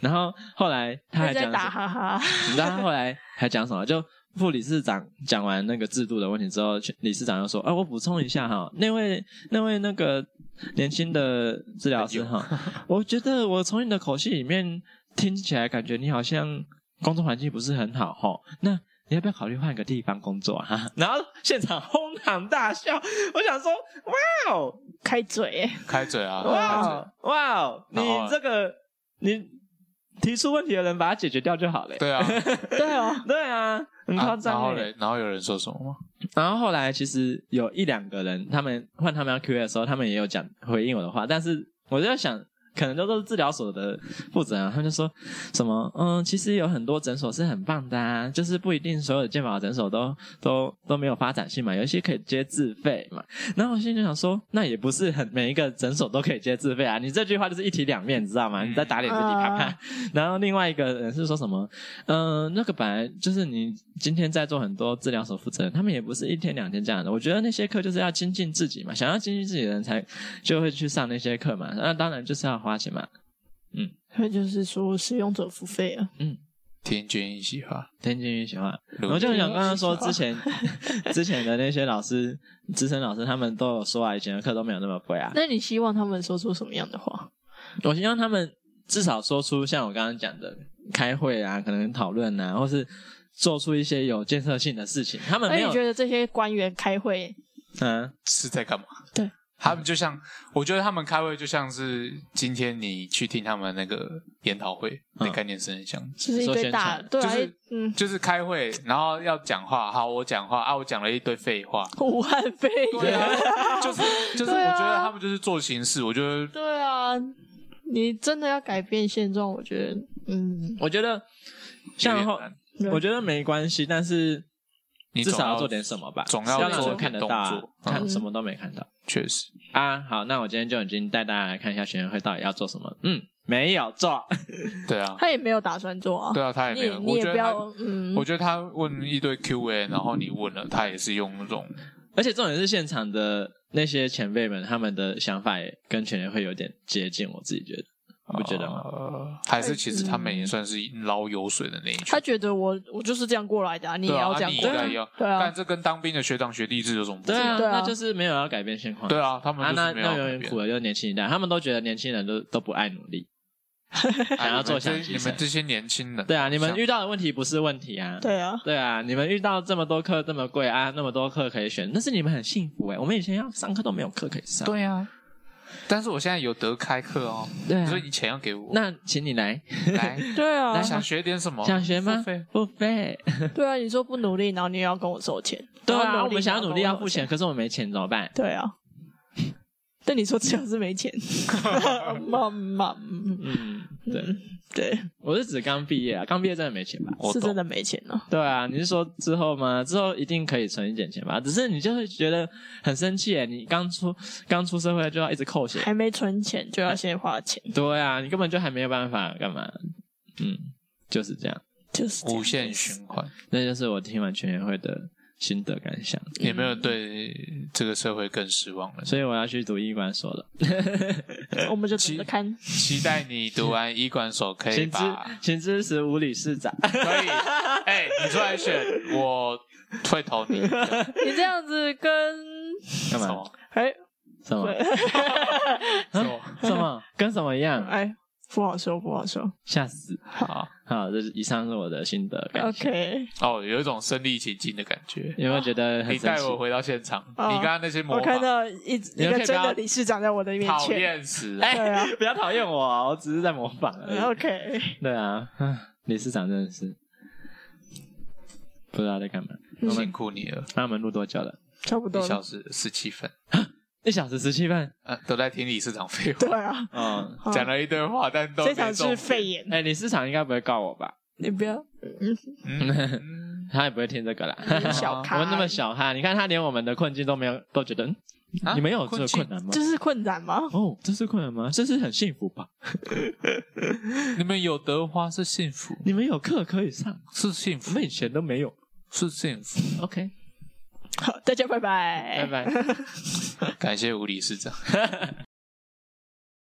然后后来他还
他在
讲什
打
么？
哈哈，
你知道他后来还讲什么？就副理事长讲完那个制度的问题之后，全理事长又说：“啊，我补充一下哈，那位那位那个年轻的治疗师哈，我觉得我从你的口气里面听起来，感觉你好像工作环境不是很好哈。那你要不要考虑换个地方工作啊 <laughs> 哈？”然后现场哄堂大笑。我想说，哇哦，
开嘴，
开嘴啊！
哇
开
哦
嘴。，
哇哦，你
然后
这个你提出问题的人，把它解决掉就好了。欸
对啊，
对哦，
<laughs> 对啊，很
啊
夸
然
张
后
欸。
嘞，然后有人说什么吗？
然后后来其实有一两个人，他们换他们要 Q A 的时候，他们也有讲回应我的话，但是我就在想。可能都是治疗所的负责人，他们就说什么，嗯，其实有很多诊所是很棒的啊，就是不一定所有的健保诊所都 <laughs> 都都没有发展性嘛，有一些可以接自费嘛。然后我心里就想说，那也不是很每一个诊所都可以接自费啊。你这句话就是一体两面，你知道吗？
嗯
你在打脸自己啪啪。 <laughs> 然后另外一个人是说什么，嗯、那个本来就是你今天在做很多治疗所负责人，他们也不是一天两天这样的。我觉得那些课就是要精进自己嘛，想要精进自己的人才就会去上那些课嘛。那当然就是要花钱嘛。
他就是说使用者付费啊，
天君一席话，
天津语喜欢，
如
我就
今
想刚刚说之前 <laughs> 之前的那些老师，资深老师他们都有说啊，以前的课都没有那么贵啊。
那你希望他们说出什么样的话？
我希望他们至少说出像我刚刚讲的开会啊，可能讨论啊，或是做出一些有建设性的事情。他们
那
没有
你，觉得这些官员开会
嗯、
是在干嘛？
对，
他们就像，我觉得他们开会就像是今天你去听他们那个研讨会
嗯
那概念是很像的，
就是一
说
堆
宣
大
传
对
就
啊，
是
嗯，
就是开会，然后要讲话，好，我讲话啊，我讲了一堆废话，
武汉肺
对
炎，
啊，就是就是，我
对啊
觉得他们就是做形式，我觉得
对啊，你真的要改变现状，我觉得，嗯，
我觉得
有
像
点
后，
难
对
我觉得没关系，但是
你
至
总
少要做点什么吧，
总
要
要
让
做
人看
点
得
动
到啊，
作。
看
嗯，
什么都没看到
确实，
啊。好，那我今天就已经带大家来看一下学生会到底要做什么。嗯，没有做， <laughs>
对啊，
他也没有打算做啊。
对啊，他也
你
没
也
有。
你
我
也
觉得
不
他，
要，嗯，
我觉得他问一堆 Q&A，然后你问了，他也是用那种
而且重点是现场的那些前辈们，他们的想法也跟全联会有点接近，我自己觉得，你不觉得吗？
呃，还是其实他们也算是捞油水的那一群
他。觉得我我就是这样过来的、啊，你也
对啊
要
啊
这样
你
过
应该
来，
要
对啊
但，这跟当兵的学长学弟制有什么不一
对
样？
啊，
对啊
那就是没有要改变现况。
对啊，他
啊，
们就
那
是没有
那
改
永
变
远苦的就是年轻一代，他们都觉得年轻人都都不爱努力。
哎
想要做
你们
想
这你们这些年轻人，
对啊，你们
像
遇到的问题不是问题啊。
对啊，
对啊，你们遇到这么多课这么贵啊，那么多课可以选，那是你们很幸福哎、我们以前要上课都没有课可以上。
对啊，但是我现在有得开课哦，
对啊
所以你钱要给我，
那请你来，
<laughs>
来
对啊
来，想学点什么？
想学吗
付费？
付 <laughs> 费。
对啊，你说不努力，然后你又要跟我收钱，
对
然后
啊，
努
我
力
们想要努力
然
要
后跟
付
我收
钱，可是我们没钱怎么办？
对啊。但你说只要是没钱，妈妈，嗯
嗯，对，
对，
我是指刚毕业啊，刚毕业真的没钱吧？
我
是真
懂，
的没钱啊。
对啊，你是说之后吗？之后一定可以存一点钱吧？只是你就会觉得很生气耶，你刚出刚出社会就要一直扣钱，
还没存钱就要先花钱，
对啊，你根本就还没有办法干嘛？嗯，就是这样，
就是这样
无限循环。
那就是我听完全员会的心得感想，
有没有对这个社会更失望了？
所以我要去读医管所了。
我们就等着看。
期待你读完医管所可以
请支
吧？
请支持吴理
<laughs>
事长，
可以，哎，你出来选，我会投
<laughs>
你。
你这样子跟
什
干嘛
么？？
哎
什么？
什么？
什么？跟什么一样？
哎，不好说，不好说。
吓死！
好
好，这是以上是我的心得感想。
OK，
哦，有一种身临其境的感觉。
有没有觉得很
你带
神奇？
我回到现场，
哦
你刚刚那些模
我看
仿，
到一
你
一
们可以
个
不
真
要
的理事长在我的面
讨
前。
厌死了！
哎、
对啊
不要讨厌我啊，我只是在模仿而已。
OK，
对啊，唉理事长真的是不知道在干嘛。我
辛
们
苦你了，
那我们录多久了？
<laughs> 差不多
一小
了。
时十七分，
一小时十七分。
呃，都在听理事长废
对
话，
啊，
嗯，
好
讲了一堆话，但都
这
没
场
中
是肺炎，
哎、理事长应该不会告我吧？
你不要
嗯，
他也不会听这个啦。
你小
我
咖，
们那么，小哈，你看他连我们的困境都没有，都觉得、嗯
啊
你们有这
困
个
境
困难吗？
这是困难吗？
哦，这是困难吗？这是很幸福吧？
你们有得花是幸福，
你们有课可以上，
是幸
我
福
们，以前都没有。
是幸福。
OK，
好，大家拜拜，
拜拜。
感谢吴理事长。